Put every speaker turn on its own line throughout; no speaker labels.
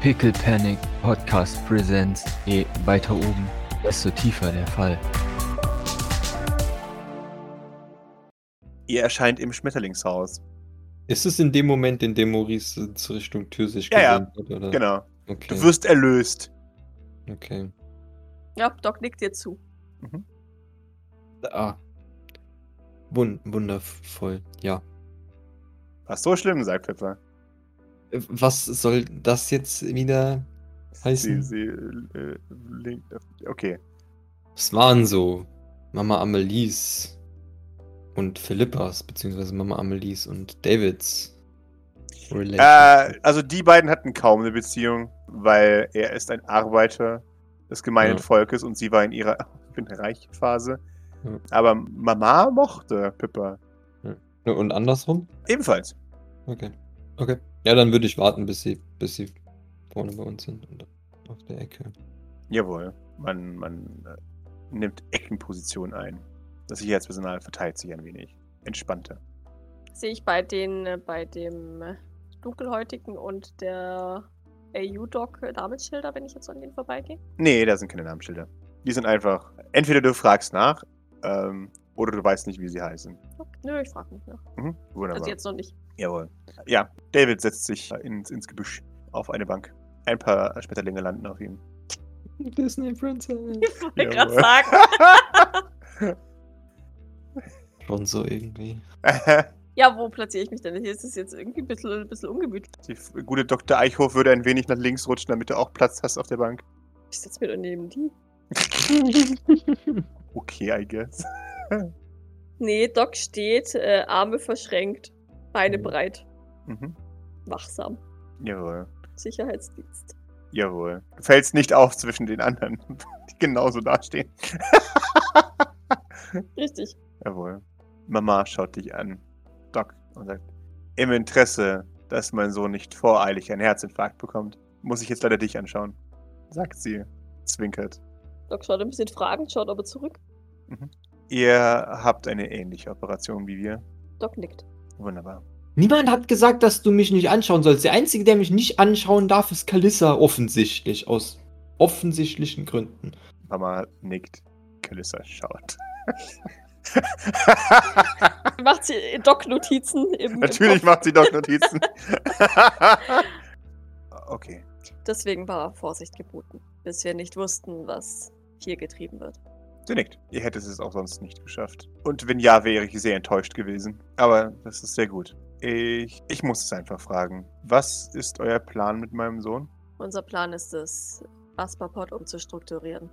Pickle Panic Podcast Presents. Je weiter oben, desto tiefer der Fall.
Ihr erscheint im Schmetterlingshaus.
Ist es in dem Moment, in dem Maurice äh, zur Richtung Tür sich
Ja, ja.
gewandt hat? Oder?
Genau.
Okay.
Du wirst erlöst.
okay.
Ja, Doc nickt dir zu.
Ah. Wun wundervoll, ja.
Was so schlimm, sagt Pippa.
Äh, Was soll das jetzt wieder
Sie,
heißen?
sie, äh, link, äh, okay.
Es waren so Mama Amelies und Philippas, beziehungsweise Mama Amelies und Davids.
Äh,
Relationship.
also die beiden hatten kaum eine Beziehung, weil er ist ein Arbeiter des gemeinen
Ja.
Volkes und sie war in ihrer ich bin reichen Phase.
Ja.
Aber Mama mochte Pippa.
und andersrum?
Ebenfalls.
Okay. Okay. Ja, dann würde ich warten, bis sie, bis sie vorne bei uns sind und auf der Ecke.
Jawohl. Man, man äh, nimmt Eckenposition ein. Das Sicherheitspersonal verteilt sich ein wenig. Entspannter.
Sehe ich bei den, äh, bei dem äh, Dunkelhäutigen und der AU-Doc Namensschilder, wenn ich jetzt an denen vorbeigehe?
Nee, da sind keine Namensschilder. Die sind einfach. Entweder du fragst nach, ähm, oder du weißt nicht, wie sie heißen.
Okay. Nö, ich frage nicht nach.
Mhm. Wunderbar.
Also jetzt noch nicht.
Jawohl. Ja, David setzt sich ins, ins Gebüsch auf eine Bank. Ein paar Schmetterlinge landen auf ihm.
Disney Princess.
Ich wollte gerade
Jawohl.
sagen.
Schon so irgendwie.
Ja, wo platziere ich mich denn? Hier ist es jetzt irgendwie ein bisschen, ein bisschen ungemütlich.
Die f- gute Dr. Eichhoff würde ein wenig nach links rutschen, damit du auch Platz hast auf der Bank.
Ich sitze mir doch neben die.
Okay, I guess.
Nee, Doc steht, äh, Arme verschränkt, Beine
Mhm.
breit,
Mhm.
wachsam.
Jawohl.
Sicherheitsdienst.
Jawohl. Du fällst nicht auf zwischen den anderen, die genauso dastehen.
Richtig.
Jawohl. Mama schaut dich an, Doc, und sagt: Im Interesse, dass mein Sohn nicht voreilig einen Herzinfarkt bekommt, muss ich jetzt leider dich anschauen, sagt sie, zwinkert.
Doc schaut ein bisschen fragend, schaut aber zurück.
Ihr habt eine ähnliche Operation wie wir.
Doc nickt.
Wunderbar.
Niemand hat gesagt, dass du mich nicht anschauen sollst. Der Einzige, der mich nicht anschauen darf, ist Kalissa. Offensichtlich. Aus offensichtlichen Gründen.
Mama nickt. Kalissa schaut.
Macht sie Doc Notizen im,
Natürlich
im Kopf.
macht sie doch Notizen. okay.
Deswegen war Vorsicht geboten, bis wir nicht wussten, was hier getrieben wird.
Sie nickt. Ihr hättet es auch sonst nicht geschafft. Und wenn ja, wäre ich sehr enttäuscht gewesen. Aber das ist sehr gut. Ich, ich muss es einfach fragen. Was ist euer Plan mit meinem Sohn?
Unser Plan ist es, Aspaport umzustrukturieren.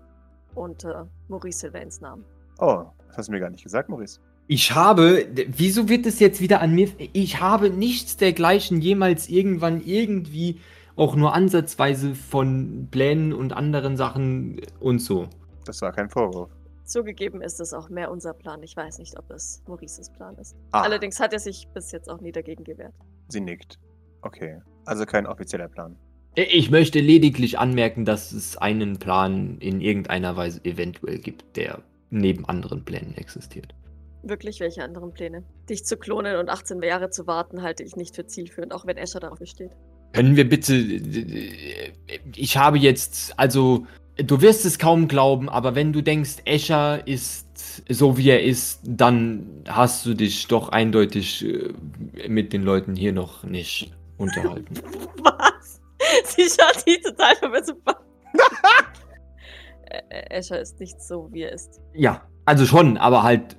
Unter Maurice Sylvains Namen.
Oh, das hast du mir gar nicht gesagt, Maurice.
Ich habe, wieso wird es jetzt wieder an mir? Ich habe nichts dergleichen jemals irgendwann irgendwie auch nur ansatzweise von Plänen und anderen Sachen und so.
Das war kein Vorwurf.
Zugegeben ist es auch mehr unser Plan. Ich weiß nicht, ob es Maurices Plan ist.
Ah,
Allerdings hat er sich bis jetzt auch nie dagegen gewehrt.
Sie nickt. Okay. Also kein offizieller Plan.
Ich möchte lediglich anmerken, dass es einen Plan in irgendeiner Weise eventuell gibt, der neben anderen Plänen existiert.
Wirklich welche anderen Pläne? Dich zu klonen und 18 Jahre zu warten, halte ich nicht für zielführend, auch wenn Escher darauf besteht.
Können wir bitte. äh, Ich habe jetzt. Also, du wirst es kaum glauben, aber wenn du denkst, Escher ist so, wie er ist, dann hast du dich doch eindeutig äh, mit den Leuten hier noch nicht unterhalten.
Was? Sie schaut die total verwirrt. Ä- Ä- Äh, Escher ist nicht so, wie er ist.
ja, also schon, aber halt.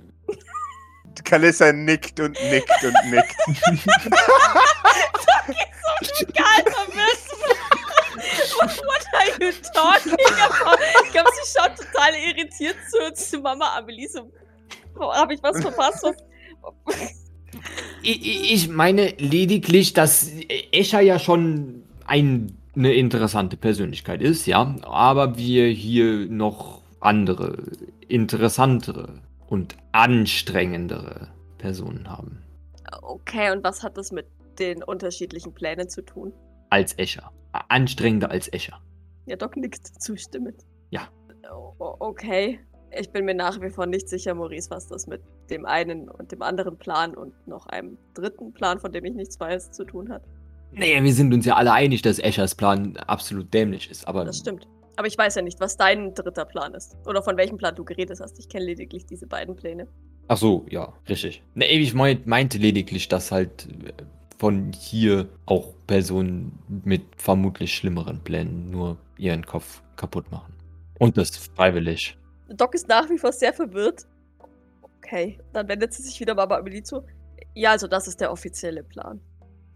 Kalissa nickt und nickt und nickt.
Egal, verwirrt. What are you talking about? Ich glaube, sie schaut total irritiert zu, zu Mama Amelie. So, habe ich was verpasst? Was?
Ich, ich meine lediglich, dass Escher ja schon ein, eine interessante Persönlichkeit ist, ja. Aber wir hier noch andere, interessantere und anstrengendere Personen haben
Okay, und was hat das mit den unterschiedlichen Plänen zu tun?
als Escher. Anstrengender als Escher.
Ja, Doc nickt zustimmend.
Ja.
O- o- Okay. Ich bin mir nach wie vor nicht sicher, Maurice, was das mit dem einen und dem anderen Plan und noch einem dritten Plan, von dem ich nichts weiß, zu tun hat.
Nee, wir sind uns ja alle einig, dass Eschers Plan absolut dämlich ist, aber
Das stimmt. Aber ich weiß ja nicht, was dein dritter Plan ist. Oder von welchem Plan du geredet hast. Ich kenne lediglich diese beiden Pläne.
Ach so, ja, richtig. Ne, ich meint, meinte lediglich, dass halt äh, von hier auch Personen mit vermutlich schlimmeren Plänen nur ihren Kopf kaputt machen. Und das freiwillig.
Doc ist nach wie vor sehr verwirrt. Okay, dann wendet sie sich wieder Mama Amelie zu. Ja, also das ist der offizielle Plan.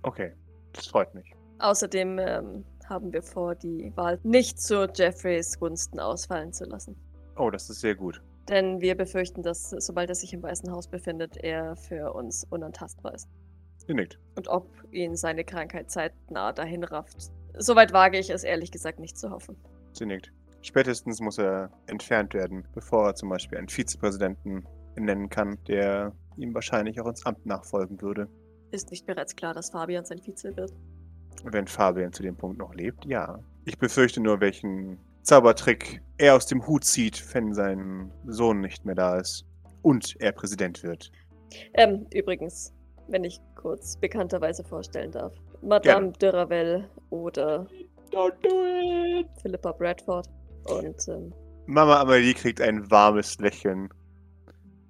Okay, das freut mich.
Außerdem ähm, haben wir vor, die Wahl nicht zu Jeffreys Gunsten ausfallen zu lassen.
Oh, das ist sehr gut.
Denn wir befürchten, dass sobald er sich im Weißen Haus befindet, er für uns unantastbar ist.
Sie nickt.
Und ob ihn seine Krankheit zeitnah dahin rafft. Soweit wage ich es ehrlich gesagt nicht zu hoffen.
Sie nickt. Spätestens muss er entfernt werden, bevor er zum Beispiel einen Vizepräsidenten nennen kann, der ihm wahrscheinlich auch ins Amt nachfolgen würde.
Ist nicht bereits klar, dass Fabian sein Vize wird?
Wenn Fabian zu dem Punkt noch lebt, ja. Ich befürchte nur, welchen Zaubertrick er aus dem Hut zieht, wenn sein Sohn nicht mehr da ist und er Präsident wird.
Ähm, übrigens, wenn ich kurz bekannterweise vorstellen darf. Madame de Ravel oder
Don't do it!
Philippa Bradford. Und ähm,
Mama Amelie kriegt ein warmes Lächeln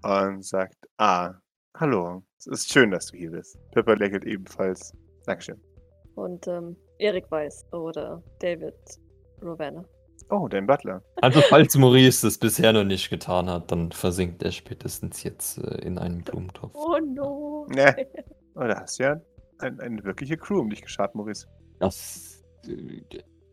und sagt, ah, hallo, es ist schön, dass du hier bist. Pepper lächelt ebenfalls. Dankeschön.
Und ähm, Erik Weiß oder David Ravenna.
Oh, dein Butler.
Also falls Maurice das bisher noch nicht getan hat, dann versinkt er spätestens jetzt äh, in einem Blumentopf.
Oh no.
Ne. Oh, da hast du ja ein, eine wirkliche Crew um dich geschart, Maurice.
Das äh,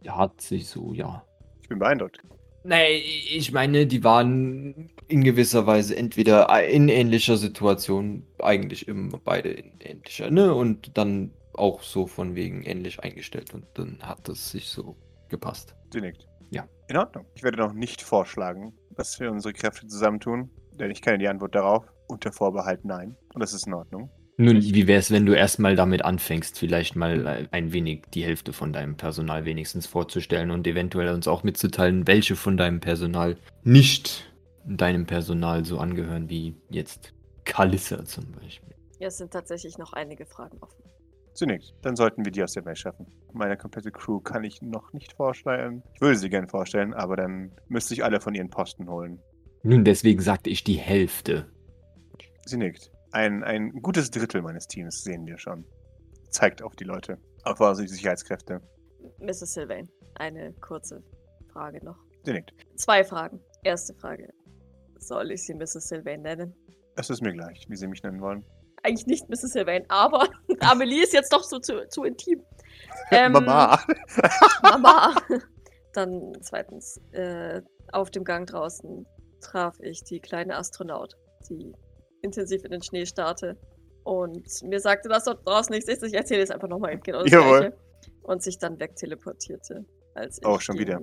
hat sich so, ja.
Ich bin beeindruckt.
Nee, ich meine, die waren in gewisser Weise entweder äh, in ähnlicher Situation, eigentlich immer beide in ähnlicher, ne? Und dann auch so von wegen ähnlich eingestellt und dann hat das sich so gepasst.
Sie nickt.
Ja.
In Ordnung. Ich werde noch nicht vorschlagen, dass wir unsere Kräfte zusammentun, denn ich kenne die Antwort darauf. Unter Vorbehalt nein. Und das ist in Ordnung.
Nun, wie wäre es, wenn du erstmal damit anfängst, vielleicht mal äh, ein wenig die Hälfte von deinem Personal wenigstens vorzustellen und eventuell uns auch mitzuteilen, welche von deinem Personal nicht deinem Personal so angehören wie jetzt Kalissa zum Beispiel.
Ja, es sind tatsächlich noch einige Fragen offen.
Zunächst, dann sollten wir die aus der Welt schaffen. Meine komplette Crew kann ich noch nicht vorstellen. Ich würde sie gern vorstellen, aber dann müsste ich alle von ihren Posten holen.
Nun, deswegen sagte ich die Hälfte.
Sie nickt. Ein, ein gutes Drittel meines Teams sehen wir schon. Zeigt auf die Leute. Auf die Sicherheitskräfte.
Mrs. Sylvain, eine kurze Frage noch.
Sie nickt.
Zwei Fragen. Erste Frage. Soll ich sie Mrs. Sylvain nennen?
Es ist mir gleich, wie sie mich nennen wollen.
Eigentlich nicht Mrs. Sylvain, aber Amelie ist jetzt doch so zu, zu intim. Ähm,
Mama!
Mama. Dann zweitens, äh, auf dem Gang draußen traf ich die kleine Astronaut, die intensiv in den Schnee starrte und mir sagte, dass dort draußen nichts ist. Ich erzähle jetzt einfach nochmal genau das
Jawohl.
Gleiche. Und sich dann wegteleportierte. Als ich
Oh, schon
die-
wieder.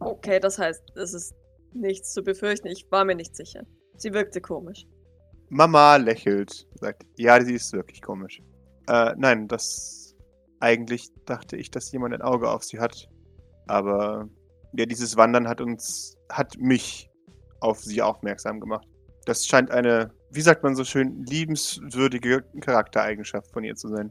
Okay, das heißt, es ist nichts zu befürchten. Ich war mir nicht sicher. Sie wirkte komisch.
Mama lächelt. Sagt, ja, sie ist wirklich komisch. Äh, nein, das. Eigentlich dachte ich, dass jemand ein Auge auf sie hat. Aber ja, dieses Wandern hat uns, hat mich auf sie aufmerksam gemacht. Das scheint eine, wie sagt man so schön, liebenswürdige Charaktereigenschaft von ihr zu sein.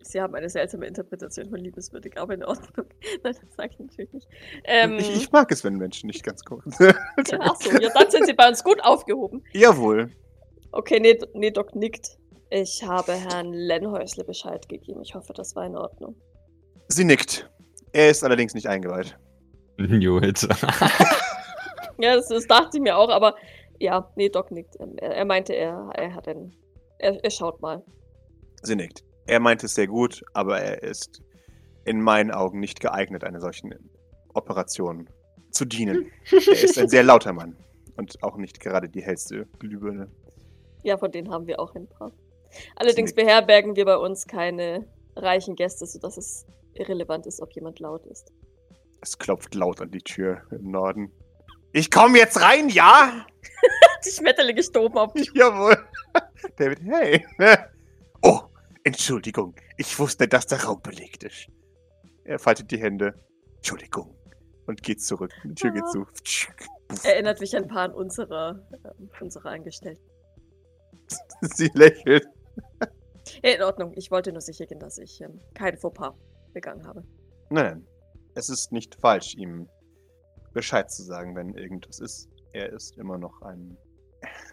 Sie haben eine seltsame Interpretation von liebenswürdig, aber in Ordnung. Nein, das sage ich natürlich nicht. Ähm,
Ich, ich mag es, wenn Menschen nicht ganz gucken.
Ach so, ja, dann sind sie bei uns gut aufgehoben.
Jawohl.
Okay, nee, nee, Doc nickt. Ich habe Herrn Lenhäusle Bescheid gegeben. Ich hoffe, das war in Ordnung.
Sie nickt. Er ist allerdings nicht eingeweiht.
Jo, jetzt.
Ja, das, das dachte ich mir auch, aber ja, nee, Doc nickt. Ähm, Er, er meinte, er, er hat einen. Er, er schaut mal.
Sie nickt. Er meint es sehr gut, aber er ist in meinen Augen nicht geeignet, einer solchen Operation zu dienen. er ist ein sehr lauter Mann und auch nicht gerade die hellste Glühbirne.
Ja, von denen haben wir auch ein paar. Allerdings
nickt.
beherbergen wir bei uns keine reichen Gäste, sodass es irrelevant ist, ob jemand laut ist.
Es klopft laut an die Tür im Norden. Ich komme jetzt rein, ja?
Die Schmetterlinge stoben auf mich.
Jawohl. David, hey. Oh, Entschuldigung. Ich wusste, dass der Raum belegt ist. Er faltet die Hände. Entschuldigung. Und geht zurück. Die Tür geht zu.
Erinnert mich ein paar an unsere, ähm, unsere Angestellten.
Sie lächelt.
In Ordnung, ich wollte nur sicher gehen, dass ich ähm, kein Fauxpas begangen habe.
Nein, es ist nicht falsch, ihm Bescheid zu sagen, wenn irgendwas ist. Er ist immer noch ein.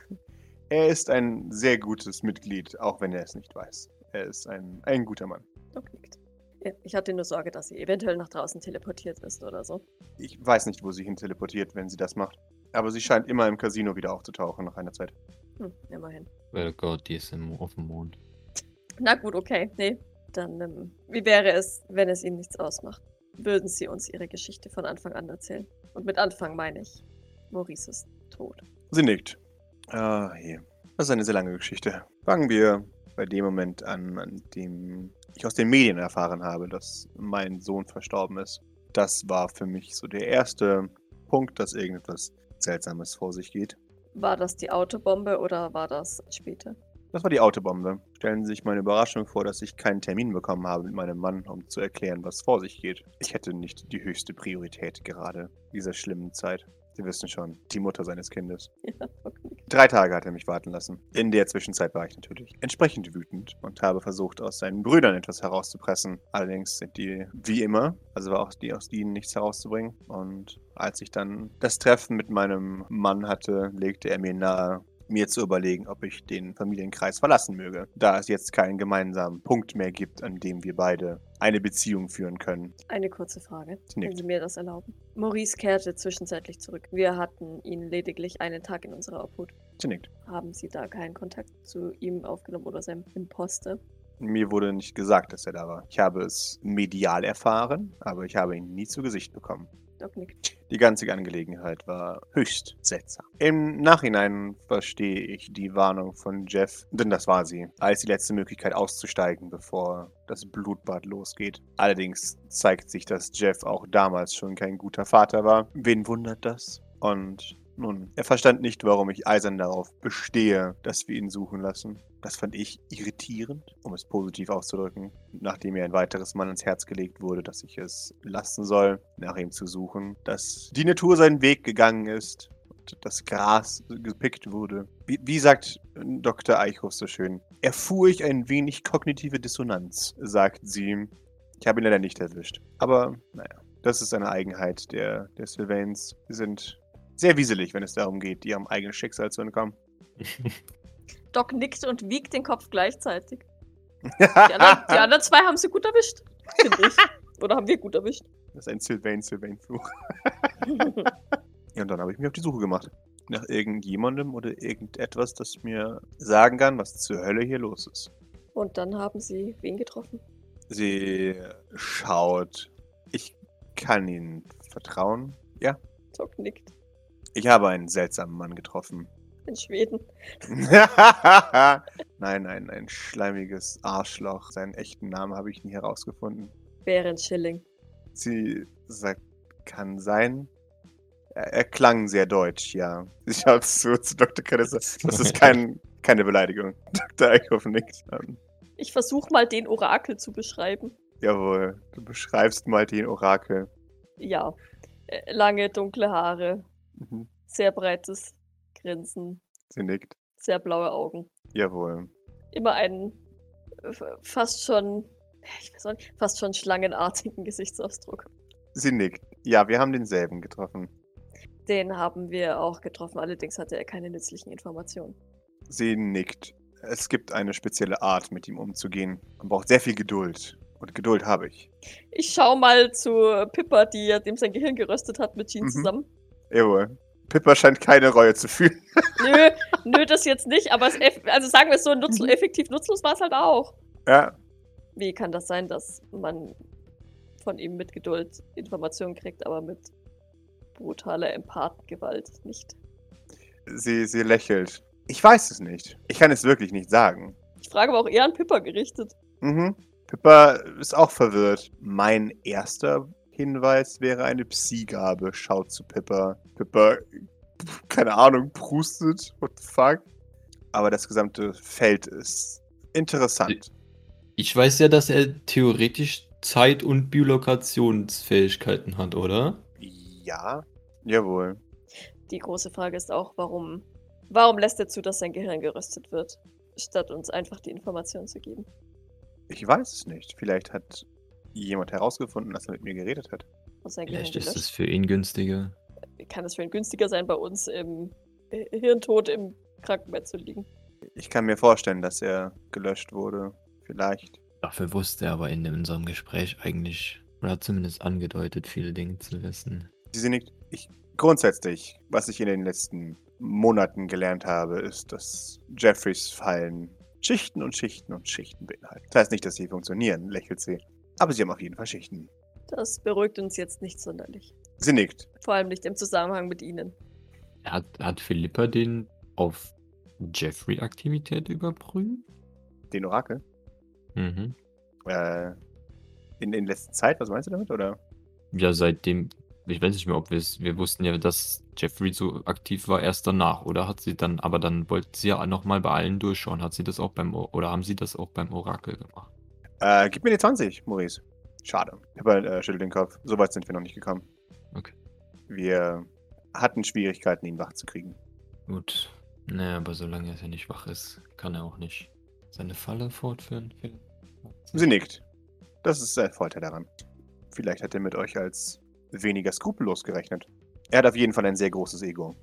er ist ein sehr gutes Mitglied, auch wenn er es nicht weiß. Er ist ein, ein guter Mann.
Doc nickt. Ja, ich hatte nur Sorge, dass sie eventuell nach draußen teleportiert ist oder so.
Ich weiß nicht, wo sie hin teleportiert, wenn sie das macht. Aber sie scheint immer im Casino wieder aufzutauchen nach einer Zeit.
Hm, immerhin.
Oh Gott, die ist im, auf dem Mond.
Na gut, okay. Nee, dann, ähm, wie wäre es, wenn es Ihnen nichts ausmacht? Würden Sie uns Ihre Geschichte von Anfang an erzählen? Und mit Anfang meine ich, Maurice ist tot.
Sie nickt. Ah, je. Das ist eine sehr lange Geschichte. Fangen wir bei dem Moment an, an dem ich aus den Medien erfahren habe, dass mein Sohn verstorben ist. Das war für mich so der erste Punkt, dass irgendetwas Seltsames vor sich geht.
War das die Autobombe oder war das später?
Das war die Autobombe. Stellen Sie sich meine Überraschung vor, dass ich keinen Termin bekommen habe mit meinem Mann, um zu erklären, was vor sich geht. Ich hätte nicht die höchste Priorität gerade dieser schlimmen Zeit. Sie wissen schon, die Mutter seines Kindes.
Ja, Doc nickt.
Drei Tage hat er mich warten lassen. In der Zwischenzeit war ich natürlich entsprechend wütend und habe versucht, aus seinen Brüdern etwas herauszupressen. Allerdings sind die, wie immer, also war auch die aus ihnen nichts herauszubringen. Und als ich dann das Treffen mit meinem Mann hatte, legte er mir nahe, mir zu überlegen, ob ich den Familienkreis verlassen möge, da es jetzt keinen gemeinsamen Punkt mehr gibt, an dem wir beide eine Beziehung führen können.
Eine kurze Frage,
Sie nickt.
wenn Sie mir das erlauben. Maurice kehrte zwischenzeitlich zurück. Wir hatten ihn lediglich einen Tag in unserer Obhut.
Sie nickt.
Haben Sie da keinen Kontakt zu ihm aufgenommen oder seinem Imposter?
Mir wurde nicht gesagt, dass er da war. Ich habe es medial erfahren, aber ich habe ihn nie zu Gesicht bekommen.
Doc nickt.
Die ganze Angelegenheit war höchst seltsam. Im Nachhinein verstehe ich die Warnung von Jeff, denn das war sie, als die letzte Möglichkeit auszusteigen, bevor das Blutbad losgeht. Allerdings zeigt sich, dass Jeff auch damals schon kein guter Vater war. Wen wundert das? Und nun, er verstand nicht, warum ich eisern darauf bestehe, dass wir ihn suchen lassen. Das fand ich irritierend, um es positiv auszudrücken, nachdem mir ein weiteres Mal ans Herz gelegt wurde, dass ich es lassen soll, nach ihm zu suchen, dass die Natur seinen Weg gegangen ist und das Gras gepickt wurde. Wie, wie sagt Dr. Eichhoff so schön, erfuhr ich ein wenig kognitive Dissonanz, sagt sie. Ich habe ihn leider nicht erwischt. Aber naja, das ist eine Eigenheit der, der Sylvains. Sie sind sehr wieselig, wenn es darum geht, ihrem eigenen Schicksal zu entkommen.
Doc nickt und wiegt den Kopf gleichzeitig. Die anderen, die anderen zwei haben sie gut erwischt, finde ich. Oder haben wir gut erwischt.
Das ist ein Sylvain-Sylvain-Fluch. Ja, und dann habe ich mich auf die Suche gemacht. Nach irgendjemandem oder irgendetwas, das mir sagen kann, was zur Hölle hier los ist.
und dann haben sie wen getroffen?
Sie schaut. Ich kann Ihnen vertrauen. Ja,
Doc nickt.
ich habe einen seltsamen Mann getroffen.
In Schweden.
nein, nein, ein schleimiges Arschloch. Seinen echten Namen habe ich nie herausgefunden.
Bären Schilling.
Sie sagt, kann sein. Er, er klang sehr deutsch, ja. Ich schaue zu, zu Dr. Kadessa. Das ist kein, keine Beleidigung. Dr. Eichhoff nickt. Ähm,
Ich versuche mal, den Orakel zu beschreiben.
jawohl, du beschreibst mal den Orakel.
Ja. Äh, Lange, dunkle Haare,
Mhm.
sehr breites Grinsen,
Sie nickt.
sehr blaue Augen.
Jawohl.
Immer einen äh, fast schon, ich weiß auch nicht, fast schon schlangenartigen Gesichtsausdruck.
Sie nickt. Ja, wir haben denselben getroffen.
Den haben wir auch getroffen, allerdings hatte er keine nützlichen Informationen.
Sie nickt. Es gibt eine spezielle Art, mit ihm umzugehen. Man braucht sehr viel Geduld. Und Geduld habe ich.
Ich schau mal zu Pippa, die ja dem sein Gehirn geröstet hat mit Jean
Mhm.
zusammen.
Jawohl. Pippa scheint keine Reue zu fühlen.
Nö, nö, das jetzt nicht, aber es eff- also sagen wir es so, nutz effektiv nutzlos war es halt auch.
Ja,
Wie kann das sein, dass man von ihm mit Geduld Informationen kriegt, aber mit brutaler Empathengewalt nicht?
sie, sie lächelt. Ich weiß es nicht. Ich kann es wirklich nicht sagen.
Ich frage aber auch eher an Pippa gerichtet.
Mhm. Pippa ist auch verwirrt. Mein erster Hinweis wäre eine Psi-Gabe. Schaut zu Pippa. Pippa, pf, keine Ahnung, prustet. What the fuck? Aber das gesamte Feld ist interessant.
Ich weiß ja, dass er theoretisch Zeit- und Biolokationsfähigkeiten hat, oder?
Ja, jawohl.
Die große Frage ist auch, warum, warum lässt er zu, dass sein Gehirn geröstet wird? statt uns einfach die Information zu geben.
Ich weiß es nicht. Vielleicht hat jemand herausgefunden, dass er mit mir geredet hat.
Und sein Gehirn
Vielleicht ist es
gelöscht.
für ihn günstiger.
Kann es für ihn günstiger sein, bei uns im äh, Hirntod im Krankenbett zu liegen?
Ich kann mir vorstellen, dass er gelöscht wurde. Vielleicht.
Dafür wusste er aber in unserem Gespräch eigentlich, oder hat zumindest angedeutet, viele Dinge zu wissen.
Sie nickt. Ich, grundsätzlich, was ich in den letzten Monaten gelernt habe, ist, dass Jeffreys Fallen Schichten und Schichten und Schichten beinhalten. Das heißt nicht, dass sie funktionieren, lächelt sie. Aber sie haben auf jeden Fall Schichten.
Das beruhigt uns jetzt nicht sonderlich.
Sie nickt.
Vor allem nicht im Zusammenhang mit Ihnen.
Hat, hat Philippa den auf Jeffrey-Aktivität überprüft?
Den Orakel.
Mhm.
Äh, in, in letzter Zeit, was meinst du damit? Oder?
Ja, seitdem, ich weiß nicht mehr, ob wir es, wir wussten ja, dass Jeffrey so aktiv war erst danach, oder? Hat sie dann, aber dann wollte sie ja nochmal bei allen durchschauen. Hat sie das auch beim, O- oder haben sie das auch beim Orakel gemacht?
Äh, gib mir die 20, Maurice. Schade. Pepper äh, schüttelt den Kopf. So weit sind wir noch nicht gekommen.
Okay.
Wir hatten Schwierigkeiten, ihn wach zu kriegen.
Gut. Naja, aber solange er nicht wach ist, kann er auch nicht seine Falle fortführen.
Sie nickt. Das ist der Vorteil daran. Vielleicht hat er mit euch als weniger skrupellos gerechnet. Er hat auf jeden Fall ein sehr großes Ego.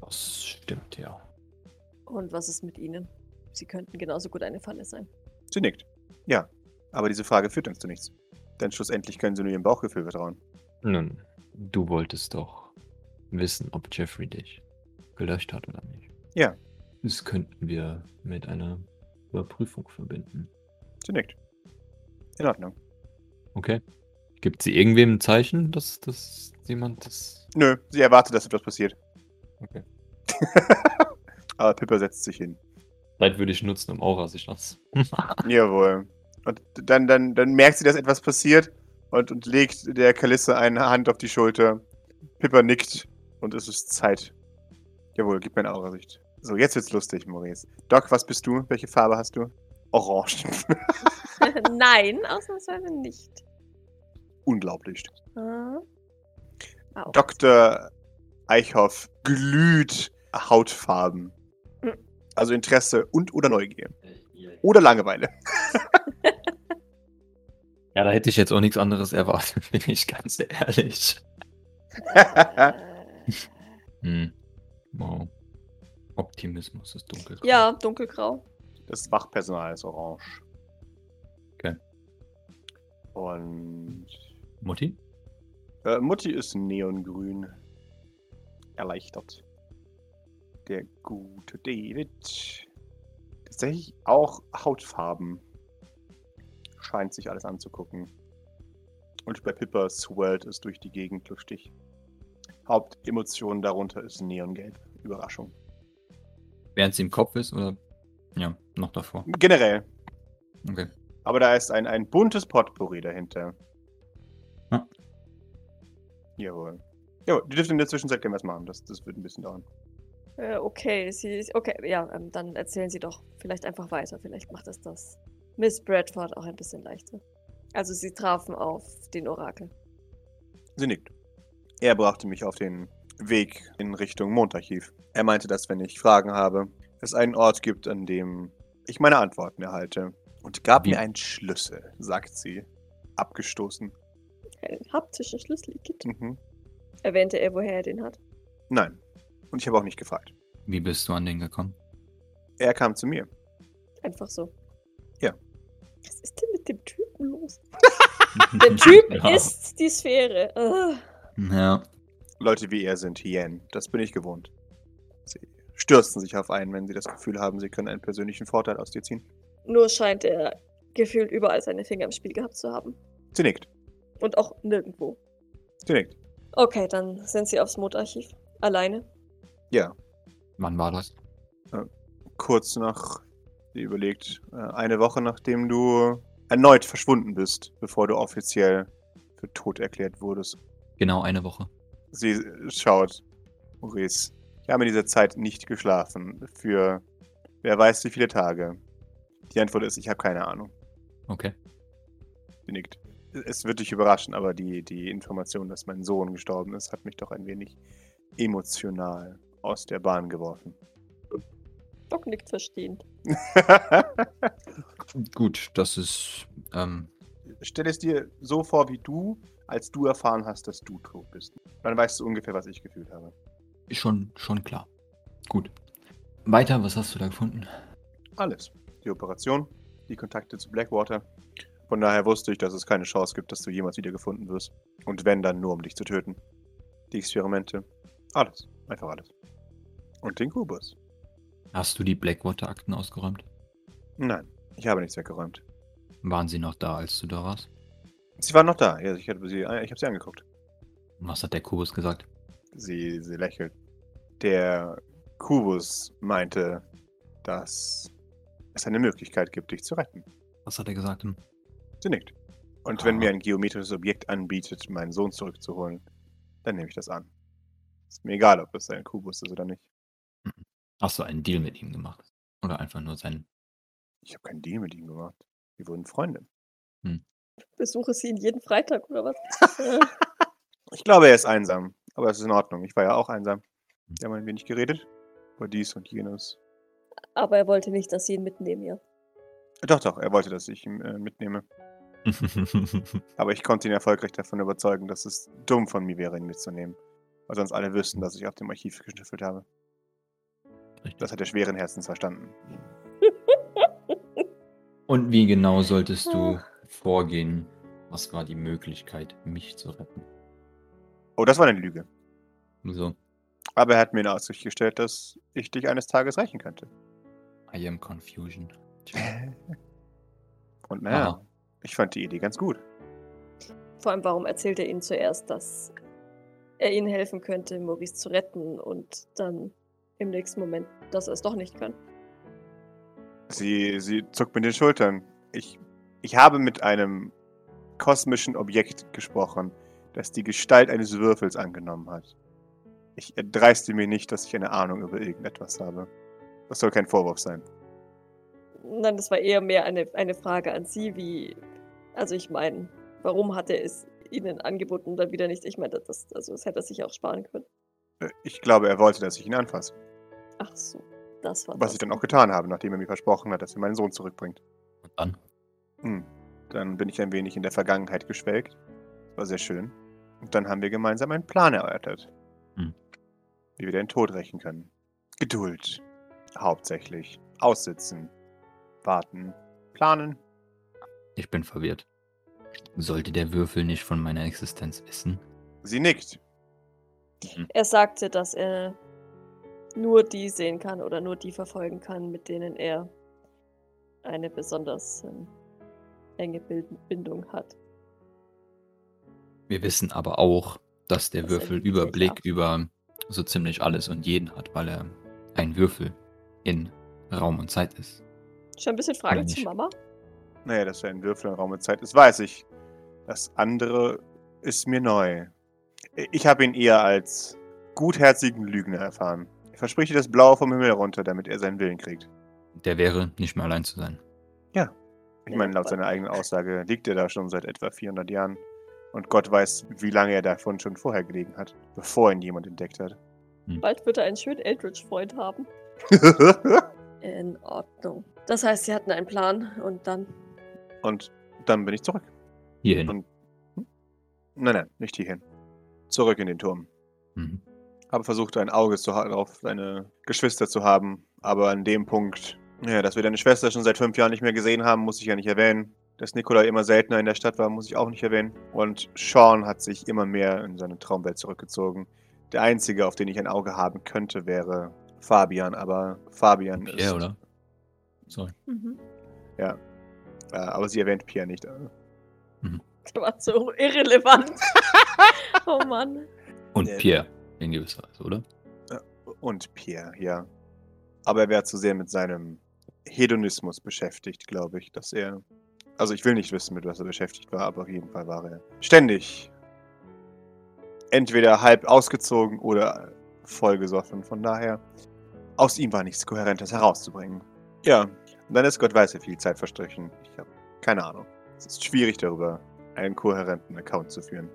Das stimmt ja.
Und was ist mit Ihnen? Sie könnten genauso gut eine Falle sein.
Sie nickt. Ja, aber diese Frage führt uns zu nichts. Denn schlussendlich können sie nur ihrem Bauchgefühl vertrauen.
Nun, du wolltest doch wissen, ob Jeffrey dich gelöscht hat oder nicht.
Ja.
Das könnten wir mit einer Überprüfung verbinden.
Sie nickt. In Ordnung.
Okay. Gibt sie irgendwem ein Zeichen, dass, dass jemand das.
Nö, sie erwartet, dass etwas passiert.
Okay.
aber Pippa setzt sich hin.
Zeit würde ich nutzen, um Aura sich das.
Jawohl. Und dann, dann, dann merkt sie, dass etwas passiert und, und legt der Kalisse eine Hand auf die Schulter. Pippa nickt und es ist Zeit. Jawohl, gib mir eine Aurasicht. So, jetzt wird's lustig, Maurice. Doc, was bist du? Welche Farbe hast du? Orange.
Nein, ausnahmsweise nicht.
Unglaublich.
Ah. Au.
Dr. Eichhoff glüht Hautfarben. Also Interesse und oder Neugier. Oder Langeweile.
Ja, da hätte ich jetzt auch nichts anderes erwartet, bin ich ganz ehrlich.
Äh,
Hm. Wow. Optimismus ist dunkel.
ja, dunkelgrau.
Das Wachpersonal ist orange.
Okay.
Und
Mutti?
Äh, Mutti ist neongrün. Erleichtert. Der gute David. Tatsächlich auch Hautfarben. Scheint sich alles anzugucken. Und bei Pippa swirlt es durch die Gegend lustig. Hauptemotion darunter ist Neongelb. Überraschung.
Während sie im Kopf ist oder? Ja, noch davor.
Generell.
Okay.
Aber da ist ein, ein buntes Potpourri dahinter.
Ja.
Jawohl. Jawohl, die dürfen in der Zwischenzeit gerne was machen. Das, das wird ein bisschen dauern.
Äh, okay, sie ist. Okay, ja, ähm, dann erzählen Sie doch vielleicht einfach weiter. Vielleicht macht es das Miss Bradford auch ein bisschen leichter. Also, Sie trafen auf den Orakel.
Sie nickt. Er brachte mich auf den Weg in Richtung Mondarchiv. Er meinte, dass wenn ich Fragen habe, es einen Ort gibt, an dem ich meine Antworten erhalte. Und gab
Wie-
mir einen Schlüssel, sagt sie. Abgestoßen.
Einen haptischen Schlüssel gibt.
Mhm.
Erwähnte er, woher er den hat.
Nein. Und ich habe auch nicht gefragt.
Wie bist du an den gekommen?
Er kam zu mir.
Einfach so.
Ja.
Was ist denn mit dem Typen los? Der Typ ist die Sphäre. Ah.
Ja.
Leute wie er sind Hien. Das bin ich gewohnt. Sie stürzen sich auf einen, wenn sie das Gefühl haben, sie können einen persönlichen Vorteil aus dir ziehen.
Nur scheint er gefühlt überall seine Finger im Spiel gehabt zu haben.
Sie nickt.
Und auch nirgendwo.
Sie nickt.
Okay, dann sind sie aufs Mondarchiv. Alleine.
Ja.
Wann war das?
kurz nach, sie überlegt, äh, eine Woche nachdem du erneut verschwunden bist, bevor du offiziell für tot erklärt wurdest.
Genau eine Woche.
Sie schaut, Maurice, ich habe in dieser Zeit nicht geschlafen, für wer weiß wie viele Tage. Die Antwort ist, ich habe keine Ahnung.
Okay.
Sie nickt. Es wird dich überraschen, aber die, die Information, dass mein Sohn gestorben ist, hat mich doch ein wenig emotional aus der Bahn geworfen.
Doc nickt verstehend.
Gut, das ist. Ähm,
Stell es dir so vor, wie du, als du erfahren hast, dass du tot bist. Dann weißt du ungefähr, was ich gefühlt habe.
schon, schon klar. Gut. Weiter, was hast du da gefunden?
Alles. Die Operation, die Kontakte zu Blackwater. Von daher wusste ich, dass es keine Chance gibt, dass du jemals wieder gefunden wirst. Und wenn, dann nur um dich zu töten. Die Experimente. Alles. Einfach alles. Und den Kubus.
Hast du die Blackwater-Akten ausgeräumt?
Nein, ich habe nichts weggeräumt.
Waren sie noch da, als du da warst?
Sie war noch da. Ja, ich habe sie, äh, ich habe sie angeguckt.
Und Was hat der Kubus gesagt?
Sie, sie lächelt. Der Kubus meinte, dass es eine Möglichkeit gibt, dich zu retten.
Was hat er gesagt? Hm.
Sie nickt. Und wenn
Ah.
mir ein geometrisches Objekt anbietet, meinen Sohn zurückzuholen, dann nehme ich das an. Ist mir egal, ob es ein Kubus ist oder nicht.
Hast du einen Deal mit ihm gemacht? Oder einfach nur sein.
Ich habe keinen Deal mit ihm gemacht. Wir wurden Freunde.
Besuche sie ihn jeden Freitag oder was? Äh,
Ich glaube, er ist einsam. Aber es ist in Ordnung. Ich war ja auch einsam. Wir haben ein wenig geredet. Über dies und jenes.
Aber er wollte nicht, dass sie ihn mitnehmen, ja.
Doch, doch, er wollte, dass ich ihn äh, mitnehme. Aber ich konnte ihn erfolgreich davon überzeugen, dass es dumm von mir wäre, ihn mitzunehmen. Weil sonst alle wüssten, dass ich auf dem Archiv geschnüffelt habe. Das hat er schweren Herzens verstanden.
Und wie genau solltest du vorgehen? Was war die Möglichkeit, mich zu retten?
Oh, das war eine Lüge.
So,
Aber er hat mir in Aussicht gestellt, dass ich dich eines Tages rächen könnte.
I am confusion.
Und naja,
Aha.
ich fand die Idee ganz gut.
Vor allem, warum erzählt er ihnen zuerst, dass er ihnen helfen könnte, Maurice zu retten und dann im nächsten Moment, dass er es doch nicht kann?
Sie, sie zuckt mit den Schultern. Ich, ich habe mit einem kosmischen Objekt gesprochen, das die Gestalt eines Würfels angenommen hat. Ich dreiste mir nicht, dass ich eine Ahnung über irgendetwas habe. Das soll kein Vorwurf sein.
Nein, das war eher mehr eine, eine Frage an sie, wie. Also, ich meine, warum hat er es ihnen angeboten und dann wieder nicht? Ich meine, das, also das hätte er sich auch sparen können.
Äh, Ich glaube, er wollte, dass ich ihn anfasse.
Ach so, das war
Was ich dann auch getan habe, nachdem er mir versprochen hat, dass er meinen Sohn zurückbringt.
Und dann?
Hm. Dann bin ich ein wenig in der Vergangenheit geschwelgt. War sehr schön. Und dann haben wir gemeinsam einen Plan erörtert.
Hm.
Wie wir den Tod rächen können. Geduld. Hauptsächlich. Aussitzen. Warten. Planen.
Ich bin verwirrt. Sollte der Würfel nicht von meiner Existenz wissen?
Sie nickt.
Er sagte, dass er nur die sehen kann oder nur die verfolgen kann, mit denen er eine besonders ähm, enge Bild- Bindung hat.
Wir wissen aber auch, dass der
Das
Würfel
ergibt sich,
Überblick
ja.
über so ziemlich alles und jeden hat, weil er ein Würfel in Raum und Zeit ist.
Schon ein bisschen Fragen
Oder
zu
nicht?
Mama.
Naja, dass er ein Würfel in Raum und Zeit ist, weiß ich. Das andere ist mir neu. Ich habe ihn eher als gutherzigen Lügner erfahren. Er verspricht ihr das Blaue vom Himmel runter, damit er seinen Willen kriegt.
Der wäre, nicht mehr allein zu sein.
Ich
Ja,
meine, laut
aber-
seiner eigenen Aussage liegt er da schon seit etwa 400 Jahren. Und Gott weiß, wie lange er davon schon vorher gelegen hat, bevor ihn jemand entdeckt hat.
Bald wird er einen schönen Eldritch-Freund haben. In Ordnung. Das heißt, sie hatten einen Plan und dann.
und dann bin ich zurück.
Hierhin.
Und- Nein, nein, nicht hierhin. Zurück in den Turm.
Mhm.
Habe versucht, ein Auge zu ha- auf seine Geschwister zu haben. Aber an dem Punkt, ja, dass wir deine Schwester schon seit fünf Jahren nicht mehr gesehen haben, muss ich ja nicht erwähnen. Dass Nikolai immer seltener in der Stadt war, muss ich auch nicht erwähnen. Und Sean hat sich immer mehr in seine Traumwelt zurückgezogen. Der einzige, auf den ich ein Auge haben könnte, wäre Fabian. Aber Fabian ist.
Pierre, oder? Sorry.
Mhm.
Äh, aber sie erwähnt Pierre nicht. äh.
Der war so irrelevant. oh Mann.
Und
Ja.
Pierre, in gewisser Weise, oder?
Und Pierre, ja. Aber er wäre zu sehr mit seinem Hedonismus beschäftigt, glaube ich, dass er. Also ich will nicht wissen, mit was er beschäftigt war, aber auf jeden Fall war er ständig entweder halb ausgezogen oder vollgesoffen. Von daher, aus ihm war nichts Kohärentes herauszubringen. Ja, und dann ist Gott weiß, wie viel Zeit verstrichen. Ich habe keine Ahnung. Es ist schwierig darüber, einen kohärenten Account zu führen.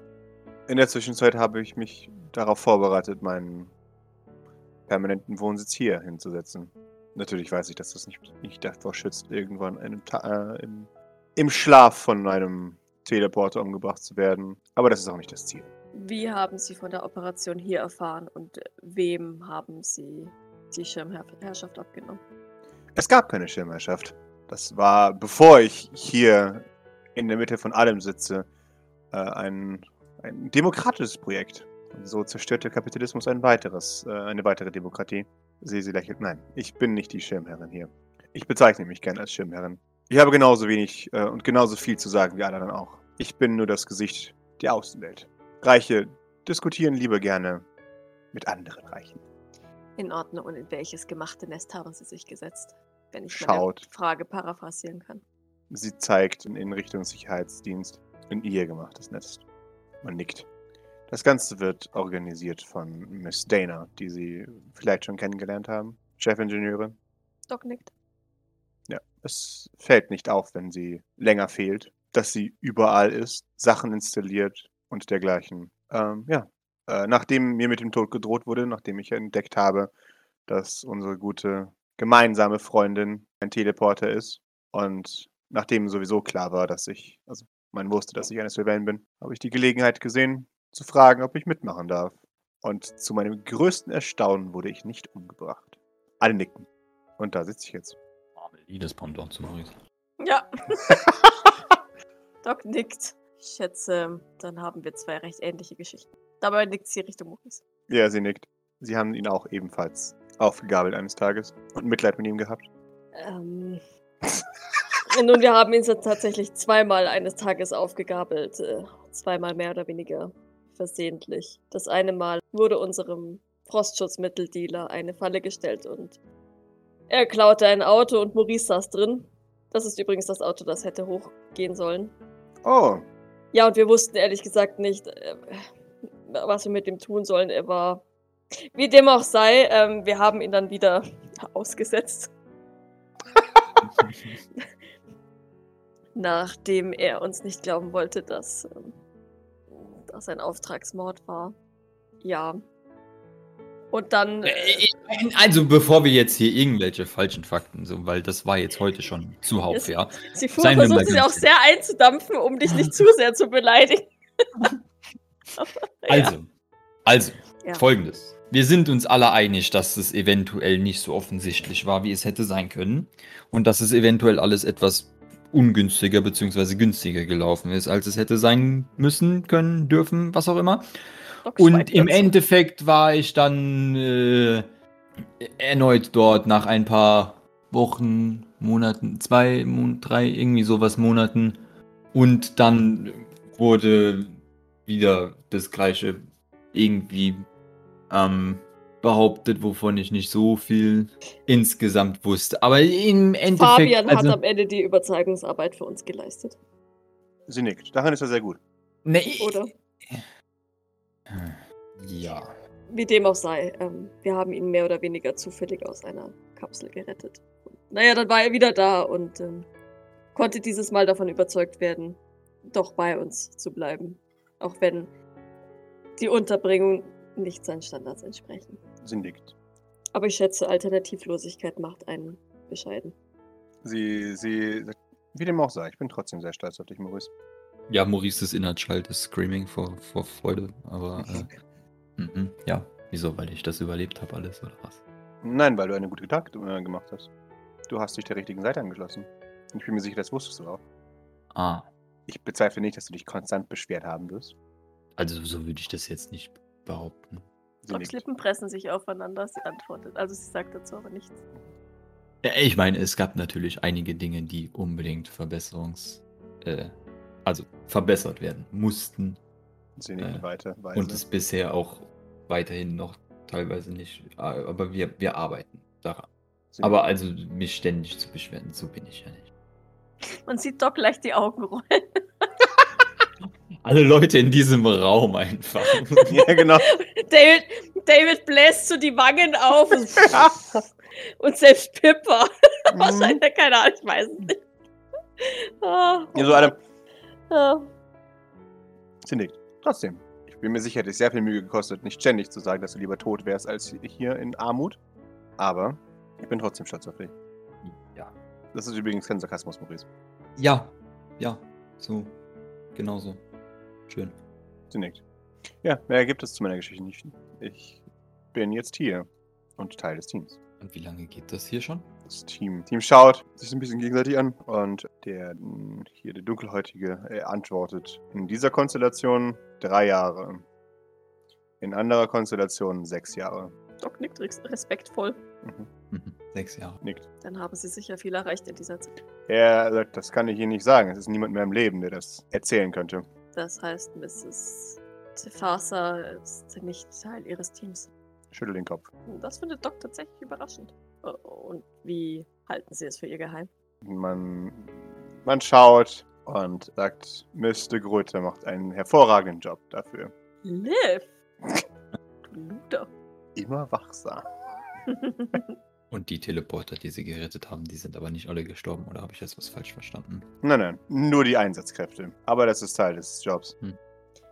In der Zwischenzeit habe ich mich darauf vorbereitet, meinen permanenten Wohnsitz hier hinzusetzen. Natürlich weiß ich, dass das nicht, nicht davor schützt, irgendwann einem Ta äh, im, im Schlaf von einem Teleporter umgebracht zu werden. Aber das ist auch nicht das Ziel.
Wie haben Sie von der Operation hier erfahren und äh, wem haben Sie die Schirmherrschaft abgenommen?
Es gab keine Schirmherrschaft. Das war, bevor ich hier in der Mitte von allem sitze, äh, ein, ein demokratisches Projekt. Und so zerstört der Kapitalismus ein weiteres, äh, eine weitere Demokratie. Sie, sie lächelt. Nein, ich bin nicht die Schirmherrin hier. Ich bezeichne mich gern als Schirmherrin. Ich habe genauso wenig äh, und genauso viel zu sagen wie alle anderen auch. Ich bin nur das Gesicht der Außenwelt. Reiche diskutieren lieber gerne mit anderen Reichen.
In Ordnung. Und in welches gemachte Nest haben Sie sich gesetzt? Wenn ich
Schaut.
meine Frage paraphrasieren kann.
Sie zeigt in, in Richtung Sicherheitsdienst in ihr gemachtes Nest. Man nickt. Das Ganze wird organisiert von Miss Dana, die Sie vielleicht schon kennengelernt haben. Chefingenieurin.
Doc nickt.
Ja, es fällt nicht auf, wenn sie länger fehlt, dass sie überall ist, Sachen installiert und dergleichen. Ähm, ja, äh, nachdem mir mit dem Tod gedroht wurde, nachdem ich entdeckt habe, dass unsere gute gemeinsame Freundin ein Teleporter ist und nachdem sowieso klar war, dass ich, also man wusste, dass ich eine Sylvain bin, habe ich die Gelegenheit gesehen, zu fragen, ob ich mitmachen darf. Und zu meinem größten Erstaunen wurde ich nicht umgebracht. Alle nicken. Und da sitze ich jetzt.
Marmelides Pendant zu Maurice.
Ja. Doc nickt. Ich schätze, dann haben wir zwei recht ähnliche Geschichten. Dabei nickt sie Richtung Maurice.
Ja, sie nickt. Sie haben ihn auch ebenfalls aufgegabelt eines Tages und Mitleid mit ihm gehabt.
Ähm. Nun, wir haben ihn so tatsächlich zweimal eines Tages aufgegabelt. Äh, zweimal mehr oder weniger versehentlich. Das eine Mal wurde unserem Frostschutzmitteldealer eine Falle gestellt und er klaute ein Auto und Maurice saß drin. Das ist übrigens das Auto, das hätte hochgehen sollen.
Oh,
Ja, und wir wussten ehrlich gesagt nicht, äh, was wir mit ihm tun sollen. Er war, wie dem auch sei, ähm, wir haben ihn dann wieder ausgesetzt, nachdem er uns nicht glauben wollte, dass ähm, das ein Auftragsmord war. Ja. Und dann. Äh,
Also bevor wir jetzt hier irgendwelche falschen Fakten, so, weil das war jetzt heute schon zuhauf,
Ist-
ja.
sie fu-
seien wir mal
versucht sich auch
ganz
sehr einzudampfen, um dich nicht zu sehr zu beleidigen. Aber, ja.
Also, also,
Ja.
folgendes. Wir sind uns alle einig, dass es eventuell nicht so offensichtlich war, wie es hätte sein können. Und dass es eventuell alles etwas ungünstiger bzw. günstiger gelaufen ist, als es hätte sein müssen, können, dürfen, was auch immer.
Doc schweigt
Und im
dazu.
Endeffekt war ich dann äh, erneut dort nach ein paar Wochen, Monaten, zwei, Mon drei, irgendwie sowas Monaten. Und dann wurde wieder das gleiche irgendwie ähm, behauptet, wovon ich nicht so viel insgesamt wusste. Aber im Endeffekt.
Fabian hat
also-
am Ende die Überzeugungsarbeit für uns geleistet.
sie nickt. Darin ist er sehr gut.
Nee,
Oder
ne, Ja.
wie dem auch sei, ähm, wir haben ihn mehr oder weniger zufällig aus einer Kapsel gerettet. Naja, dann war er wieder da und ähm, konnte dieses Mal davon überzeugt werden, doch bei uns zu bleiben. Auch wenn die Unterbringung nicht seinen Standards entsprechen.
Sie nickt.
Aber ich schätze, Alternativlosigkeit macht einen bescheiden.
Sie, sie sagt, wie dem auch sei, ich bin trotzdem sehr stolz auf dich, Maurice.
Ja, Maurices Inhaltschalt ist screaming vor, vor Freude, aber äh, mhm, ja. Wieso? Weil ich das überlebt habe alles, oder was?
Nein, weil du eine gute Tat äh, gemacht hast. Du hast dich der richtigen Seite angeschlossen. Und ich bin mir sicher, das wusstest du auch.
Ah,
Ich bezweifle nicht, dass du dich konstant beschwert haben wirst.
also so würde ich das jetzt nicht behaupten.
Sie nickt.
pressen sich aufeinander, sie antwortet. Also sie sagt dazu aber nichts.
Ja, ich meine, es gab natürlich einige Dinge, die unbedingt Verbesserungs... Äh, also verbessert werden mussten
Sie nickt
Äh,
weiter. Weise.
und es bisher auch weiterhin noch teilweise nicht, ah, aber wir, wir arbeiten daran.
Sie
Aber also mich ständig zu beschweren, so bin ich ja nicht.
Man sieht Doc leicht die Augen rollen.
Alle Leute in diesem Raum einfach.
nickt. Ja, genau.
David, David bläst so die Wangen auf. Und selbst Pippa.
Mhm.
Wahrscheinlich, keine Ahnung, ich weiß es nicht. Ah,
Ja, so Adam.
ah.
Sie nickt. Trotzdem. Ich bin mir sicher, hätte es sehr viel Mühe gekostet, nicht ständig zu sagen, dass du lieber tot wärst als hier in Armut. Aber Ich bin trotzdem stolz auf dich.
Ja.
Das ist übrigens kein Sarkasmus, Maurice.
Ja, ja, so. Genau so. Schön.
Sie nickt. Ja, mehr gibt es zu meiner Geschichte nicht. Ich bin jetzt hier und Teil des Teams.
Und wie lange geht das hier schon?
Das Team, Team schaut sich so ein bisschen gegenseitig an und der mh, hier, der Dunkelhäutige, äh, antwortet in dieser Konstellation drei Jahre. In anderer Konstellation sechs Jahre.
Doc nickt res- respektvoll.
Mhm.
Mhm. Sechs Jahre.
Nickt.
Dann haben sie sicher viel erreicht in dieser Zeit.
Er sagt, das kann ich Ihnen nicht sagen. Es ist niemand mehr im Leben, der das erzählen könnte.
Das heißt, Mrs. Tefasa ist nicht Teil ihres Teams.
Schüttelt den Kopf.
Das findet Doc tatsächlich überraschend. Äh, Und wie halten sie es für ihr geheim?
Man, man schaut und sagt, Mr. Gröte macht einen hervorragenden Job dafür.
Liv! Du Luder.
Immer wachsam.
Und die Teleporter, die sie gerettet haben, die sind aber nicht alle gestorben, oder habe ich jetzt was falsch verstanden?
Nein, nein, nur die Einsatzkräfte. Aber das ist Teil des Jobs.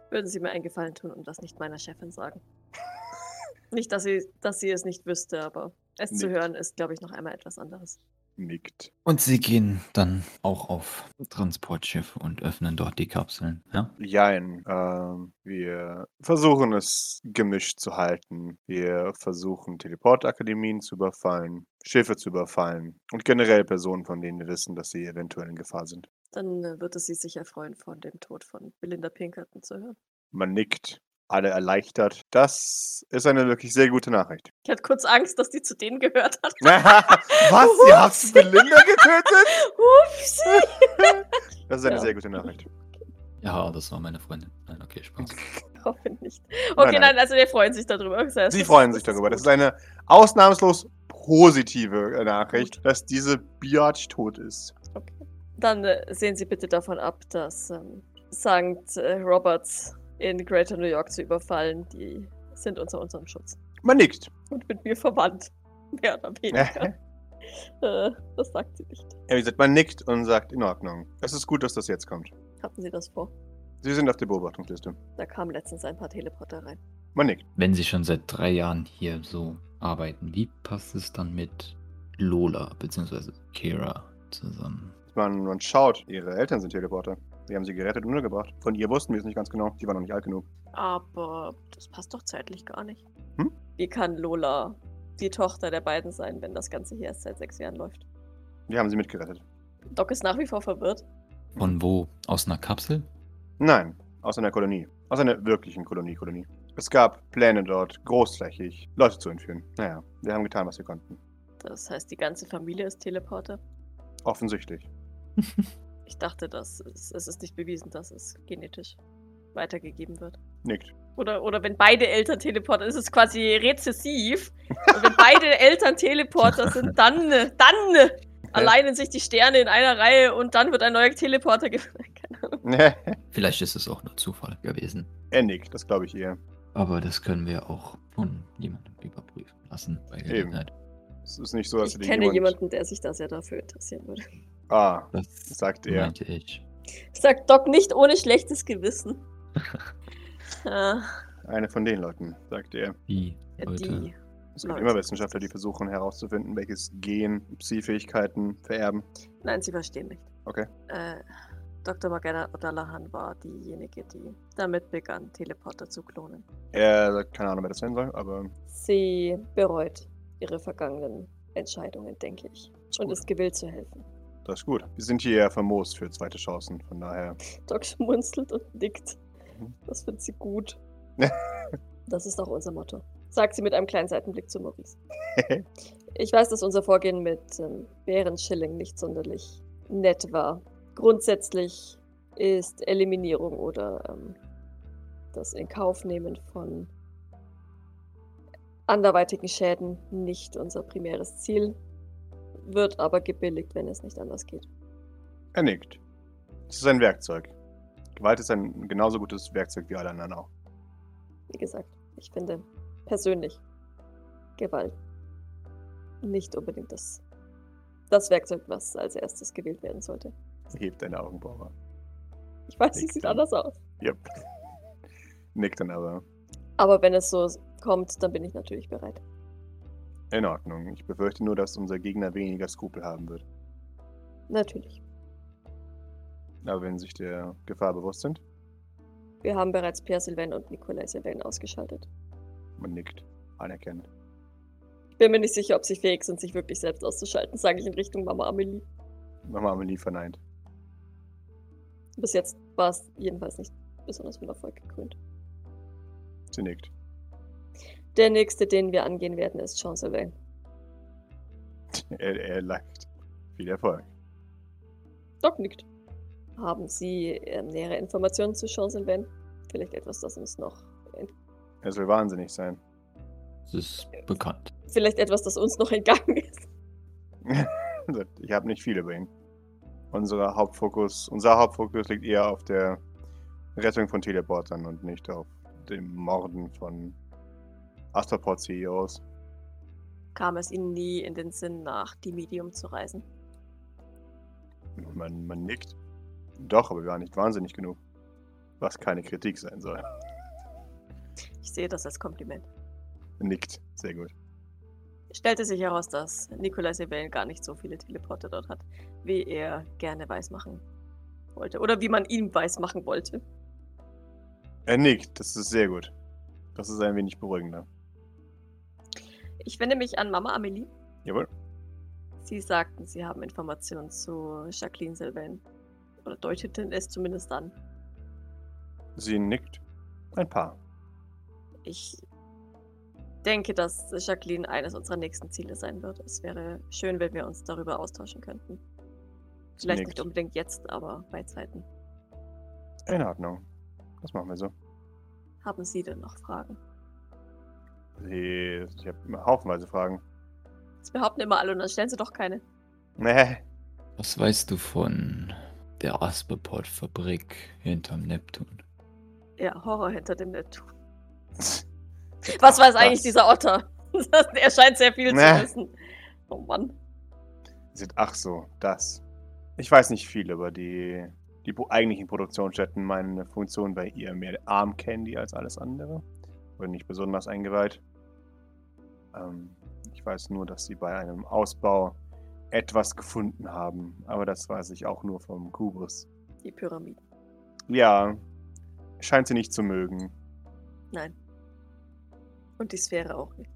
Würden Sie mir einen Gefallen tun und das nicht meiner Chefin sagen? nicht, dass sie, dass sie es nicht wüsste, aber es zu
Nicht.
hören ist, glaube ich, noch einmal etwas anderes.
Nickt.
Und sie gehen dann auch auf Transportschiff und öffnen dort die Kapseln, ja?
Jein. Ähm, wir versuchen es gemischt zu halten. Wir versuchen Teleportakademien zu überfallen, Schiffe zu überfallen und generell Personen, von denen wir wissen, dass sie eventuell in Gefahr sind.
Dann äh, wird es sie sicher freuen, von dem Tod von Belinda Pinkerton zu hören.
Man nickt, alle erleichtert. Das ist eine wirklich sehr gute Nachricht.
Ich hatte kurz Angst, dass die zu denen gehört hat.
Was? Ihr habt Belinda getötet?
Upsi!
Das ist eine
Ja.
sehr gute Nachricht.
Ja, das war meine Freundin. Nein, okay, Spaß.
Hoffe nicht. Okay,
Nein,
nein,
nein.
also wir freuen sich darüber. Das heißt,
Sie
das-
freuen sich darüber. Das ist eine ausnahmslos positive äh, Nachricht, dass diese Biatch tot ist.
gut. Okay. Dann äh, sehen Sie bitte davon ab, dass ähm, St. äh, Roberts in Greater New York zu überfallen. Die sind unter unserem Schutz.
Man nickt.
Und mit mir verwandt. Mehr oder weniger. äh, das sagt sie nicht.
Ja, wie gesagt, man nickt und sagt, in Ordnung. Es ist gut, dass das jetzt kommt.
Hatten Sie das vor?
Sie sind auf der Beobachtungsliste.
Da kamen letztens ein paar Teleporter rein.
Man nickt.
Wenn sie schon seit drei Jahren hier so arbeiten, wie passt es dann mit Lola bzw. Kira zusammen?
Man, man schaut, ihre Eltern sind Teleporter. Sie haben sie gerettet und untergebracht. Von ihr wussten wir es nicht ganz genau. Die war noch nicht alt genug.
Aber das passt doch zeitlich gar nicht.
Hm?
Wie kann Lola die Tochter der beiden sein, wenn das Ganze hier erst seit sechs Jahren läuft?
Wir haben sie mitgerettet.
Doc ist nach wie vor verwirrt.
Von wo? Aus einer Kapsel?
Nein, aus einer Kolonie. Aus einer wirklichen Kolonie, Kolonie. Es gab Pläne dort, großflächig Leute zu entführen. Naja, wir haben getan, was wir konnten.
Das heißt, die ganze Familie ist Teleporter.
Offensichtlich.
Ich dachte, dass es, es ist nicht bewiesen, dass es genetisch weitergegeben wird.
Nickt.
Oder, oder wenn beide Eltern Teleporter, ist es quasi rezessiv. Und wenn beide Eltern Teleporter sind, dann, äh, dann äh, alleinen sich die Sterne in einer Reihe und dann wird ein neuer Teleporter ge- Keine Ahnung.
Vielleicht ist es auch nur Zufall gewesen.
er nickt, das glaube ich eher.
Aber das können wir auch von jemandem überprüfen lassen. Bei Gelegenheit.
Es ist nicht so, dass
Ich
dir
kenne
jemand-
jemanden, der sich da sehr dafür interessieren würde.
Ah,
Das
sagt er.
meinte ich.
Sagt Doc nicht ohne schlechtes Gewissen. Ah,
Eine von den Leuten, sagt er.
Wie? Leute.
die.
Es gibt
Leute.
immer Wissenschaftler, die versuchen herauszufinden, welches Gen Psi-Fähigkeiten vererben.
Nein, sie verstehen nicht.
Okay.
Äh, Dr. Magana O'Dallahan war diejenige, die damit begann, Teleporter zu klonen.
Er sagt, keine Ahnung, wer das sein soll, aber
Sie bereut ihre vergangenen Entscheidungen, denke ich. Und ist gewillt zu helfen.
das ist gut. Wir sind hier ja famos für zweite Chancen, von daher.
Doc schmunzelt und nickt.
Mhm.
Das findet sie gut. das ist auch unser Motto. Sagt sie mit einem kleinen Seitenblick zu Maurice. ich weiß, dass unser Vorgehen mit ähm, Bärenschilling nicht sonderlich nett war. Grundsätzlich ist Eliminierung oder ähm, das Inkaufnehmen von anderweitigen Schäden nicht unser primäres Ziel, wird aber gebilligt, wenn es nicht anders geht.
Er nickt. Es ist ein Werkzeug. Gewalt ist ein genauso gutes Werkzeug wie alle anderen auch.
wie gesagt, ich finde persönlich Gewalt nicht unbedingt das, das Werkzeug, was als erstes gewählt werden sollte.
Er hebt eine Augenbraue.
Ich weiß, sie
Nichts
sieht
dann.
anders aus.
Yep. Nickt dann aber.
Aber wenn es so kommt, dann bin ich natürlich bereit.
In Ordnung. Ich befürchte nur, dass unser Gegner weniger Skrupel haben wird.
Natürlich.
Aber wenn sich der Gefahr bewusst sind,
Wir haben bereits Pierre Sylvain und Nikolai Sylvain ausgeschaltet.
man nickt anerkennend.
Bin mir nicht sicher, ob sie fähig sind, sich wirklich selbst auszuschalten, sage ich in Richtung Mama Amelie.
Mama Amelie verneint.
Bis jetzt war es jedenfalls nicht besonders mit Erfolg gekrönt.
Sie nickt.
Der nächste, den wir angehen werden, ist Jean Sylvain.
Er, er lacht. Viel Erfolg.
Doc nickt. Haben Sie ähm, nähere Informationen zu Jean Sylvain? Vielleicht etwas, das uns noch
Er soll wahnsinnig sein.
Das ist bekannt.
vielleicht etwas, das uns noch entgangen ist.
Sagt, Ich habe nicht viel über ihn. Unser Hauptfokus, unser Hauptfokus liegt eher auf der Rettung von Teleportern und nicht auf dem Morden von E Astroport-CEOs.
Kam es Ihnen nie in den Sinn, nach die Medium zu reisen?
Man, man nickt. Doch, aber wir waren nicht wahnsinnig genug. Was keine Kritik sein soll.
Ich sehe das als Kompliment.
Nickt. Sehr gut.
Stellte sich heraus, dass Nicolas Sebel gar nicht so viele Teleporter dort hat, wie er gerne weismachen wollte. Oder wie man ihm weismachen wollte.
Er nickt. Das ist sehr gut. Das ist ein wenig beruhigender.
Ich wende mich an Mama Amelie.
Jawohl.
Sie sagten, Sie haben Informationen zu Jacqueline Sylvain. Oder deuteten es zumindest an.
Sie nickt. Ein paar.
Ich denke, dass Jacqueline eines unserer nächsten Ziele sein wird. Es wäre schön, wenn wir uns darüber austauschen könnten.
Sie
Vielleicht
nickt.
nicht um. unbedingt jetzt, aber bei Zeiten.
In Ordnung. Das machen wir so.
Haben Sie denn noch Fragen?
Sie, ich habe haufenweise Fragen.
Das behaupten immer alle und dann stellen sie doch keine.
Nee.
Was weißt du von der Asperport-Fabrik hinterm Neptun?
Ja, Horror hinter dem Neptun. Was weiß eigentlich dieser Otter? er scheint sehr viel
Nee.
zu wissen. Oh Mann.
Sind, ach so, das. Ich weiß nicht viel über die, die pro- eigentlichen Produktionsstätten. Meine Funktion bei ihr mehr Arm-Candy als alles andere. Wurde nicht besonders eingeweiht. Ähm, ich weiß nur, dass sie bei einem Ausbau etwas gefunden haben. Aber das weiß ich auch nur vom Kubus.
Die Pyramiden.
Ja, scheint sie nicht zu mögen.
Und die Sphäre auch nicht.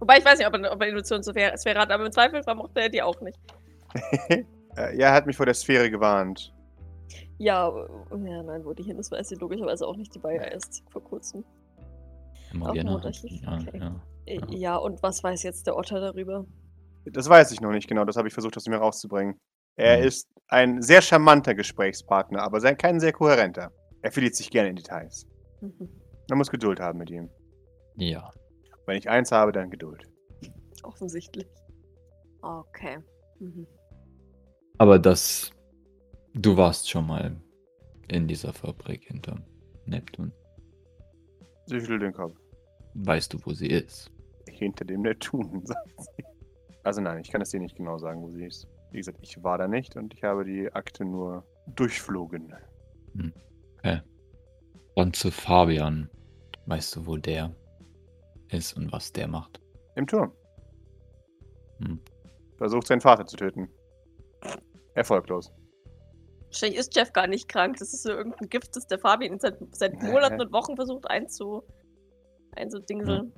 Wobei ich weiß nicht, ob er, ob er Illusion zu Sphäre Sphäre hat, aber im Zweifel vermochte er die auch nicht.
Äh, ja, er hat mich vor der Sphäre gewarnt.
Ja, äh, ja nein, wo die hin ist, weiß ich logischerweise auch nicht. Die war ja erst vor kurzem.
Immer
Auch
gerne.
monatlich,
Ja,
okay.
ja.
Äh,
Ja.
Ja, und was weiß jetzt der Otter darüber?
Das weiß ich noch nicht genau, das habe ich versucht aus mir rauszubringen. Er
Mhm.
ist ein sehr charmanter Gesprächspartner, aber sein, kein sehr kohärenter. Er verliert sich gerne in Details.
Mhm.
Man muss Geduld haben mit ihm.
ja.
Wenn ich eins habe, dann Geduld.
Offensichtlich. Okay. Mhm.
Aber das. Du warst schon mal in dieser Fabrik hinterm Neptun.
Sie schüttelt den Kopf.
Weißt du, wo sie ist?
Hinter dem Neptun, sagt sie. Also nein, ich kann es dir nicht genau sagen, wo sie ist. Wie gesagt, ich war da nicht und ich habe die Akte nur durchflogen.
Und zu Fabian. Weißt du, wo der ist und was der macht?
Im Turm.
Hm.
Versucht seinen Vater zu töten. Erfolglos.
Wahrscheinlich ist Jeff gar nicht krank. Das ist so irgendein Gift, das der Fabian seit, seit Monaten und Wochen versucht einzu, einzudingseln.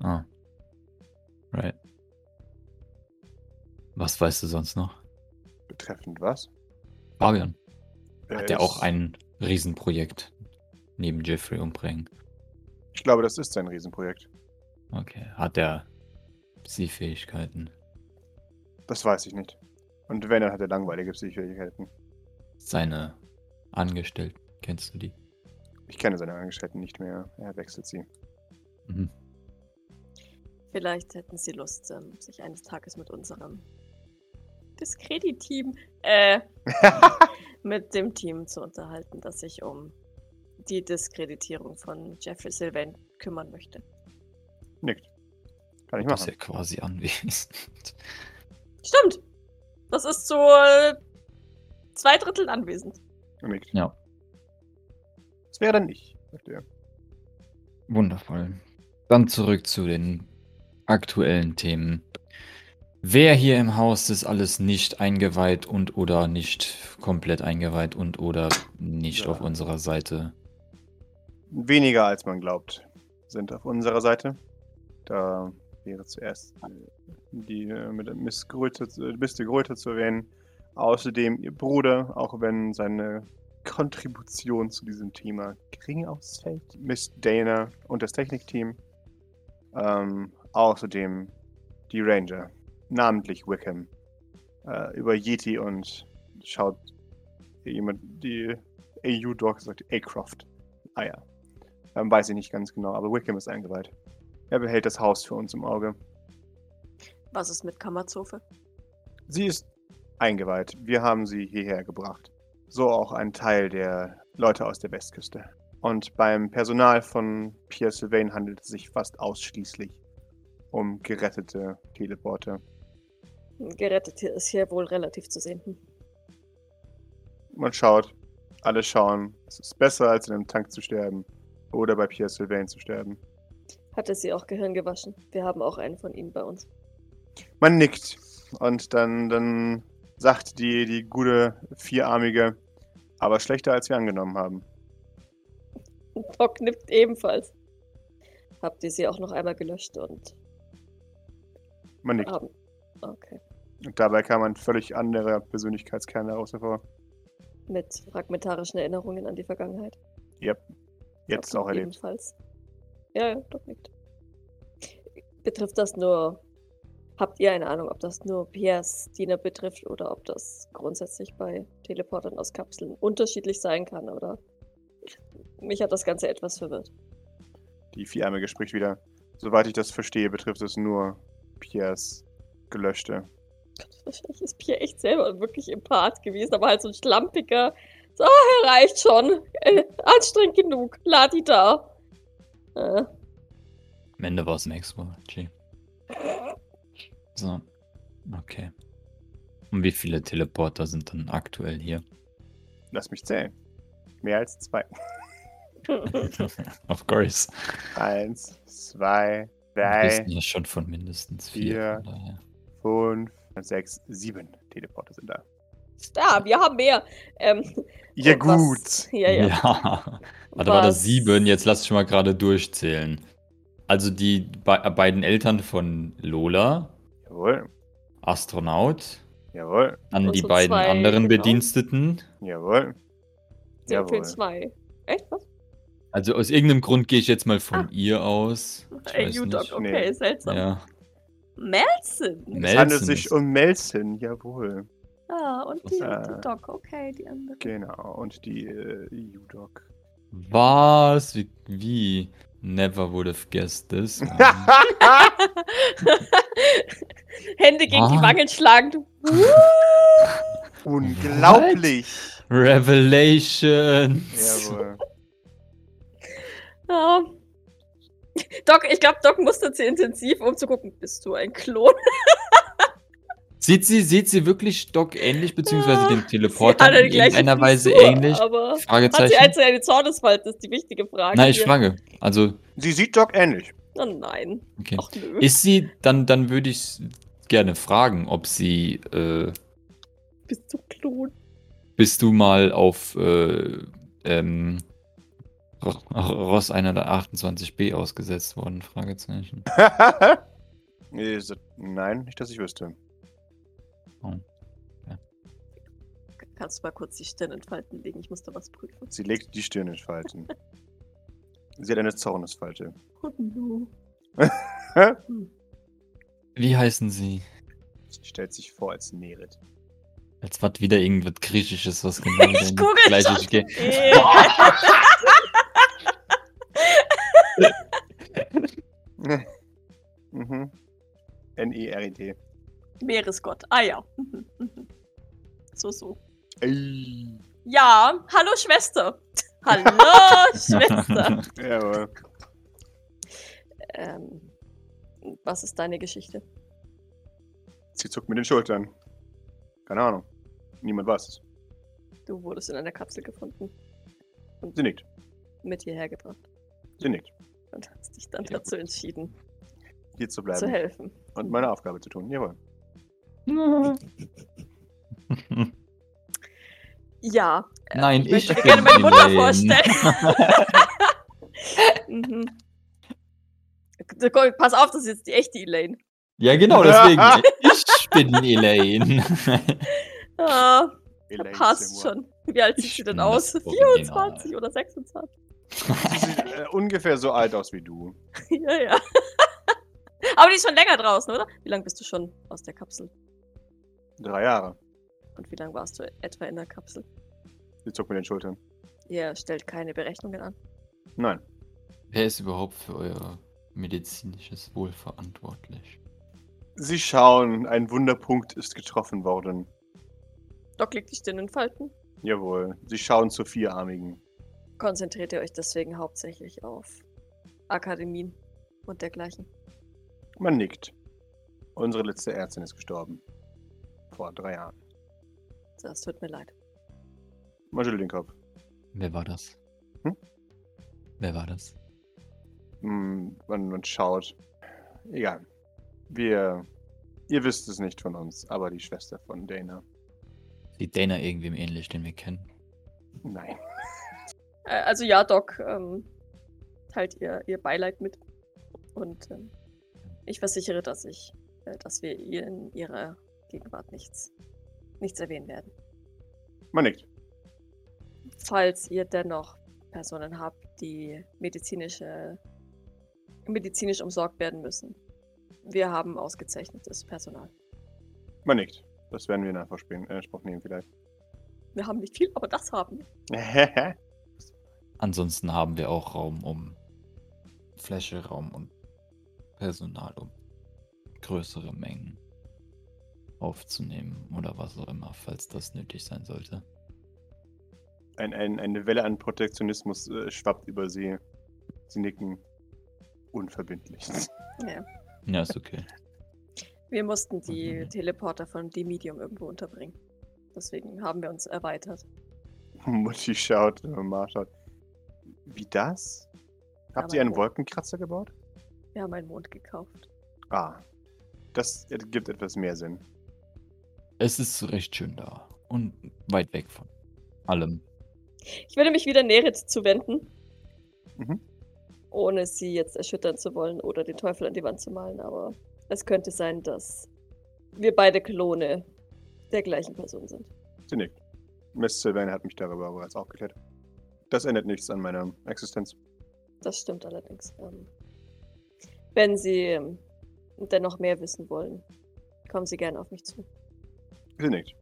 Ah. Right. Was weißt du sonst noch?
Betreffend was?
Fabian
Er
hat ja auch
ist-
ein Riesenprojekt neben Jeffrey umbringen.
Ich glaube, das ist sein Riesenprojekt.
Okay. Hat er Psi-Fähigkeiten?
Das weiß ich nicht. Und wenn, dann hat er langweilige Psychfähigkeiten.
Seine Angestellten, kennst du die?
Ich kenne seine Angestellten nicht mehr. Er wechselt sie.
Mhm.
Vielleicht hätten sie Lust, ähm, sich eines Tages mit unserem Discredit-Team, äh, mit dem Team zu unterhalten, das sich um die Diskreditierung von Jeffrey Sylvain kümmern möchte.
Nickt. Kann ich
Du bist
machen.
ja quasi anwesend.
Stimmt! Das ist zu äh, zwei Dritteln anwesend.
Nickt.
Ja.
Das wäre dann ich, sagt er.
Wundervoll. Dann zurück zu den aktuellen Themen. Wer hier im Haus ist alles nicht eingeweiht und oder nicht komplett eingeweiht und oder nicht
Ja.
auf unserer Seite?
Weniger als man glaubt sind auf unserer Seite. Da wäre zuerst die äh, mit der Miss Gröte, äh, Miste Gröte zu erwähnen. Außerdem ihr Bruder, auch wenn seine Kontribution zu diesem Thema gering ausfällt. Miss Dana und das Technikteam. Ähm, außerdem die Ranger, namentlich Wickham. Äh, über Yeti und schaut jemand, die AU-Doc sagt Acroft. Ah ja. Ähm, weiß ich nicht ganz genau, aber Wickham ist eingeweiht. Er behält das Haus für uns im Auge.
Was ist mit Kammerzofe?
Sie ist eingeweiht. Wir haben sie hierher gebracht. So auch ein Teil der Leute aus der Westküste. Und beim Personal von Pierre Sylvain handelt es sich fast ausschließlich um gerettete Teleporte.
Hm, Gerettet hier ist hier wohl relativ zu sehen. Hm.
Man schaut, alle schauen. Es ist besser, als in einem Tank zu sterben oder bei Pierre Sylvain zu sterben.
Hatte sie auch Gehirn gewaschen. Wir haben auch einen von ihnen bei uns.
Man nickt. Und dann, dann sagt die, die gute Vierarmige, aber schlechter als wir angenommen haben.
Doc nippt ebenfalls. Habt ihr sie auch noch einmal gelöscht und
Man nickt.
haben. Okay.
Und dabei kam ein völlig anderer Persönlichkeitskern daraus hervor.
Mit fragmentarischen Erinnerungen an die Vergangenheit.
Jetzt
Doc
auch
nickt
erlebt.
Ebenfalls. Ja, ja, Doc nickt. Betrifft das nur. Habt ihr eine Ahnung, ob das nur Piers Diener betrifft oder ob das grundsätzlich bei Teleportern aus Kapseln unterschiedlich sein kann, oder? Mich hat das Ganze etwas verwirrt.
Die Vierarmige spricht wieder. Soweit ich das verstehe, betrifft es nur Piers Gelöschte.
Wahrscheinlich ist Pierre echt selber wirklich im Part gewesen, aber halt so ein schlampiger. So, ah, reicht schon. Äh, Anstrengend genug. Ladi da. Äh,
Am Ende war es Maxwell. G. So. Okay. Und wie viele Teleporter sind dann aktuell hier?
Lass mich zählen. Mehr als zwei.
of course.
Eins, zwei,
Wir
drei,
wissen ja schon von mindestens vier.
vier.
Von daher.
fünf, sechs, sieben Teleporte sind da.
da, wir haben mehr. Ähm,
Ja,
und was-
gut.
Ja, ja.
ja. Warte, war
Was-
das sieben? Jetzt lass ich mal gerade durchzählen. Also die be beiden Eltern von Lola,
Jawohl,
Astronaut,
jawohl,
dann
Und
die
so
beiden
Also zwei,
anderen
genau.
Bediensteten.
jawohl.
Sie empfehlen
Jawohl.
zwei. Echt? Was?
Also aus irgendeinem Grund gehe ich jetzt mal von ihr aus. Ich
Ah. Ey,
weiß
U-Doc,
nicht.
okay,
Nee.
seltsam.
Ja.
Melson.
Es handelt
Melson
sich
ist-
um Melson, jawohl.
Ah, und die,
Ah.
die Doc, okay, die andere.
Genau, und die äh, U-Doc.
Was? Wie? wie? Never would have guessed this.
Hände gegen die
Ah.
Wangen schlagen, du.
Unglaublich!
Revelation.
Jawohl.
Ja. Ah. Doc, ich glaube, Doc mustert sie intensiv, um zu gucken, bist du ein Klon?
Sieht sie, sieht sie wirklich Doc ähnlich, beziehungsweise dem
Sie
Teleporter
hat eine
in
gleiche
einer Weise
Frisur,
ähnlich?
Aber hat sie
Fragezeichen.
also eine Zornesfalte, ist die wichtige Frage.
Nein, ich
hier.
frage. Also,
Sie sieht Doc ähnlich.
Oh nein.
okay.
Ach nö.
Ist sie, dann, dann würde ich gerne fragen, ob sie, äh,
Bist du Klon?
bist du mal auf, äh, ähm, Ro- Ross 128b ausgesetzt worden? Fragezeichen.
Nee, so- Nein, nicht, dass ich wüsste.
Kannst du mal kurz die Stirn entfalten legen? Ich muss da was prüfen.
Sie legt die Stirn in Falten. Sie hat eine Zornesfalte.
Oh no. Hm.
Wie heißen sie?
Sie stellt sich vor als Merit.
Als was wieder irgendwas Griechisches, was genau
Ich google
gleich
schon.
ich ge
Ey,
mhm. E N-E-R-I-D.
Meeresgott. Ah ja. So, so.
Ey.
Ja, hallo Schwester. Hallo Schwester.
Jawohl.
ähm, was ist deine Geschichte?
Sie zuckt mit den Schultern. Keine Ahnung. Niemand weiß es.
Du wurdest in einer Kapsel gefunden,
Sie nickt.
mit hierher gebracht
Sie nickt.
und hast dich sich dann dazu entschieden,
hier zu
zu
bleiben
helfen.
und meine Aufgabe zu tun. Jawohl.
Ja,
Nein, ich,
ich möchte gerne meine Mutter
Elaine.
vorstellen. mhm. Du, guck, Pass auf, das ist jetzt die echte Elaine.
Ja, genau, deswegen. ich bin Elaine.
Ah,
Elaine
passt
Seymour.
schon. Wie alt sieht
Ich
sie
bin
denn
das
aus?
Original.
24 oder 26?
Sie sieht äh, ungefähr so alt aus wie du.
ja, ja. Aber die ist schon länger draußen, oder? Wie lange bist du schon aus der Kapsel?
Drei Jahre.
Und wie lange warst du etwa in der Kapsel?
Sie zuckt mit den Schultern.
Ihr stellt keine Berechnungen an.
Nein.
Wer ist überhaupt für euer medizinisches Wohl verantwortlich?
Sie schauen, ein Wunderpunkt ist getroffen worden.
Doc liegt die Stirn in Falten.
Jawohl. Sie schauen zur Vierarmigen.
Konzentriert ihr euch deswegen hauptsächlich auf Akademien und dergleichen.
Man nickt. Unsere letzte Ärztin ist gestorben. Vor drei Jahren.
Das tut mir leid.
Man schüttelt den Kopf.
Wer war das?
Hm?
Wer war das?
Hm, man, man schaut. Egal. Wir. Ihr wisst es nicht von uns, aber die Schwester von Dana.
Sieht Dana irgendwem ähnlich, den wir kennen?
Nein.
Äh, also ja, Doc ähm, teilt ihr, ihr Beileid mit. Und ähm, ich versichere, dass ich, äh, dass wir ihr in ihrer Gegenwart nichts, nichts erwähnen werden.
Man nickt.
Falls ihr dennoch Personen habt, die medizinische, medizinisch umsorgt werden müssen. Wir haben ausgezeichnetes Personal.
Man nickt. Das werden wir in Anspruch spielen- äh, Anspruch nehmen, vielleicht.
Wir haben nicht viel, aber das haben wir.
Ansonsten haben wir auch Raum um Fläche, Raum und Personal, um größere Mengen aufzunehmen oder was auch immer, falls das nötig sein sollte.
ein, ein, eine Welle an Protektionismus äh, schwappt über sie. Sie nicken unverbindlich.
Ja.
Ja, ist okay.
Wir mussten die
Mhm.
Teleporter von D-Medium irgendwo unterbringen. Deswegen haben wir uns erweitert.
Mutti schaut, äh, Ma schaut. Wie das? Habt
Aber
ihr einen
wo-
Wolkenkratzer gebaut?
Wir haben einen Mond gekauft.
Ah, das ergibt etwas mehr Sinn.
Es ist recht schön da und weit weg von allem.
Ich würde mich wieder Nerit zuwenden,
Mhm.
ohne sie jetzt erschüttern zu wollen oder den Teufel an die Wand zu malen, aber es könnte sein, dass wir beide Klone der gleichen Person sind.
Sie nickt. Miss Sylvain hat mich darüber bereits aufgeklärt. Das ändert nichts an meiner Existenz.
Das stimmt allerdings. Ähm, wenn Sie ähm, dennoch mehr wissen wollen, kommen Sie gerne auf mich zu.
Sie nickt.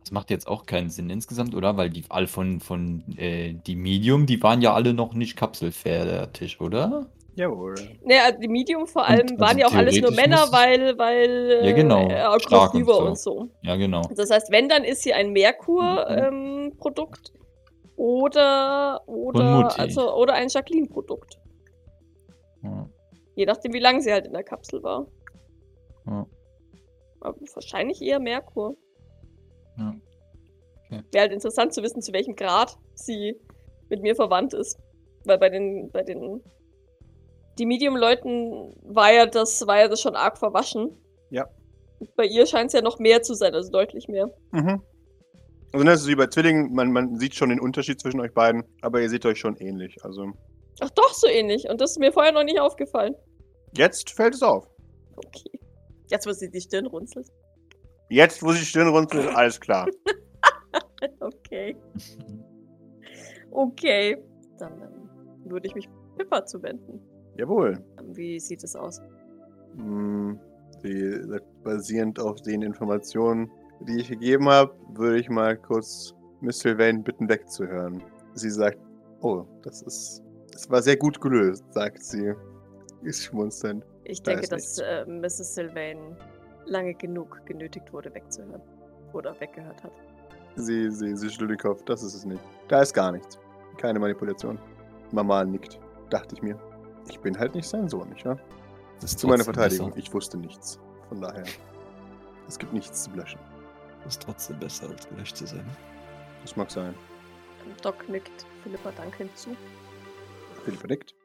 Das macht jetzt auch keinen Sinn insgesamt, oder? Weil die alle von, von äh, die Medium, die waren ja alle noch nicht kapselfertig, oder?
Jawohl.
Naja, die Medium vor allem
also
waren ja auch alles nur
theoretisch
Männer,
müsste-
weil, weil
Ja, genau,
äh, auch
stark und
Crossover
so.
und so.
Ja, genau.
Das heißt, wenn, dann ist sie
Mhm.
ein Merkur-Produkt oder, oder,
Mutti.
also, oder ein Jacqueline-Produkt.
Ja.
Je nachdem, wie lange sie halt in der Kapsel war.
Ja.
Aber wahrscheinlich eher Merkur.
Ja.
Wäre halt interessant zu wissen, zu welchem Grad sie mit mir verwandt ist. Weil bei den, bei den die Medium-Leuten war ja das, war ja das schon arg verwaschen.
Ja.
Bei ihr scheint es ja noch mehr zu sein, also deutlich mehr.
Mhm. Also das ist wie bei Zwillingen, man, man sieht schon den Unterschied zwischen euch beiden, aber ihr seht euch schon ähnlich. Also
Ach doch, so ähnlich. Und das ist mir vorher noch nicht aufgefallen.
jetzt fällt es auf.
Okay. Jetzt, wo sie die Stirn runzelt.
Jetzt, wo sie die Stirn runzelt, ist alles klar.
Okay. Okay. Dann ähm, würde ich mich Pippa zuwenden.
Jawohl.
Ähm, Wie sieht es aus?
Hm, Sie sagt, basierend auf den Informationen, die ich gegeben habe, würde ich mal kurz Miss Sylvain bitten, wegzuhören. Sie sagt, oh, das ist. Das war sehr gut gelöst, sagt sie. Ist schmunzelnd.
Ich
Da
denke,
ist nichts.
dass äh, Mrs. Sylvain lange genug genötigt wurde, wegzuhören. Oder weggehört hat.
Sie, sie, sie schüttelt den Kopf, das ist es nicht. Da ist gar nichts. Keine Manipulation. Mama nickt, dachte ich mir. Ich bin halt nicht sein Sohn, nicht wahr?
Das ist
Zu meiner
trotzdem
Verteidigung,
besser.
ich wusste nichts. Von daher, es gibt nichts zu löschen.
Das ist trotzdem besser, als gleich zu sein.
Das mag sein.
Ähm, Doc nickt Philippa dankend zu.
Philipp nickt.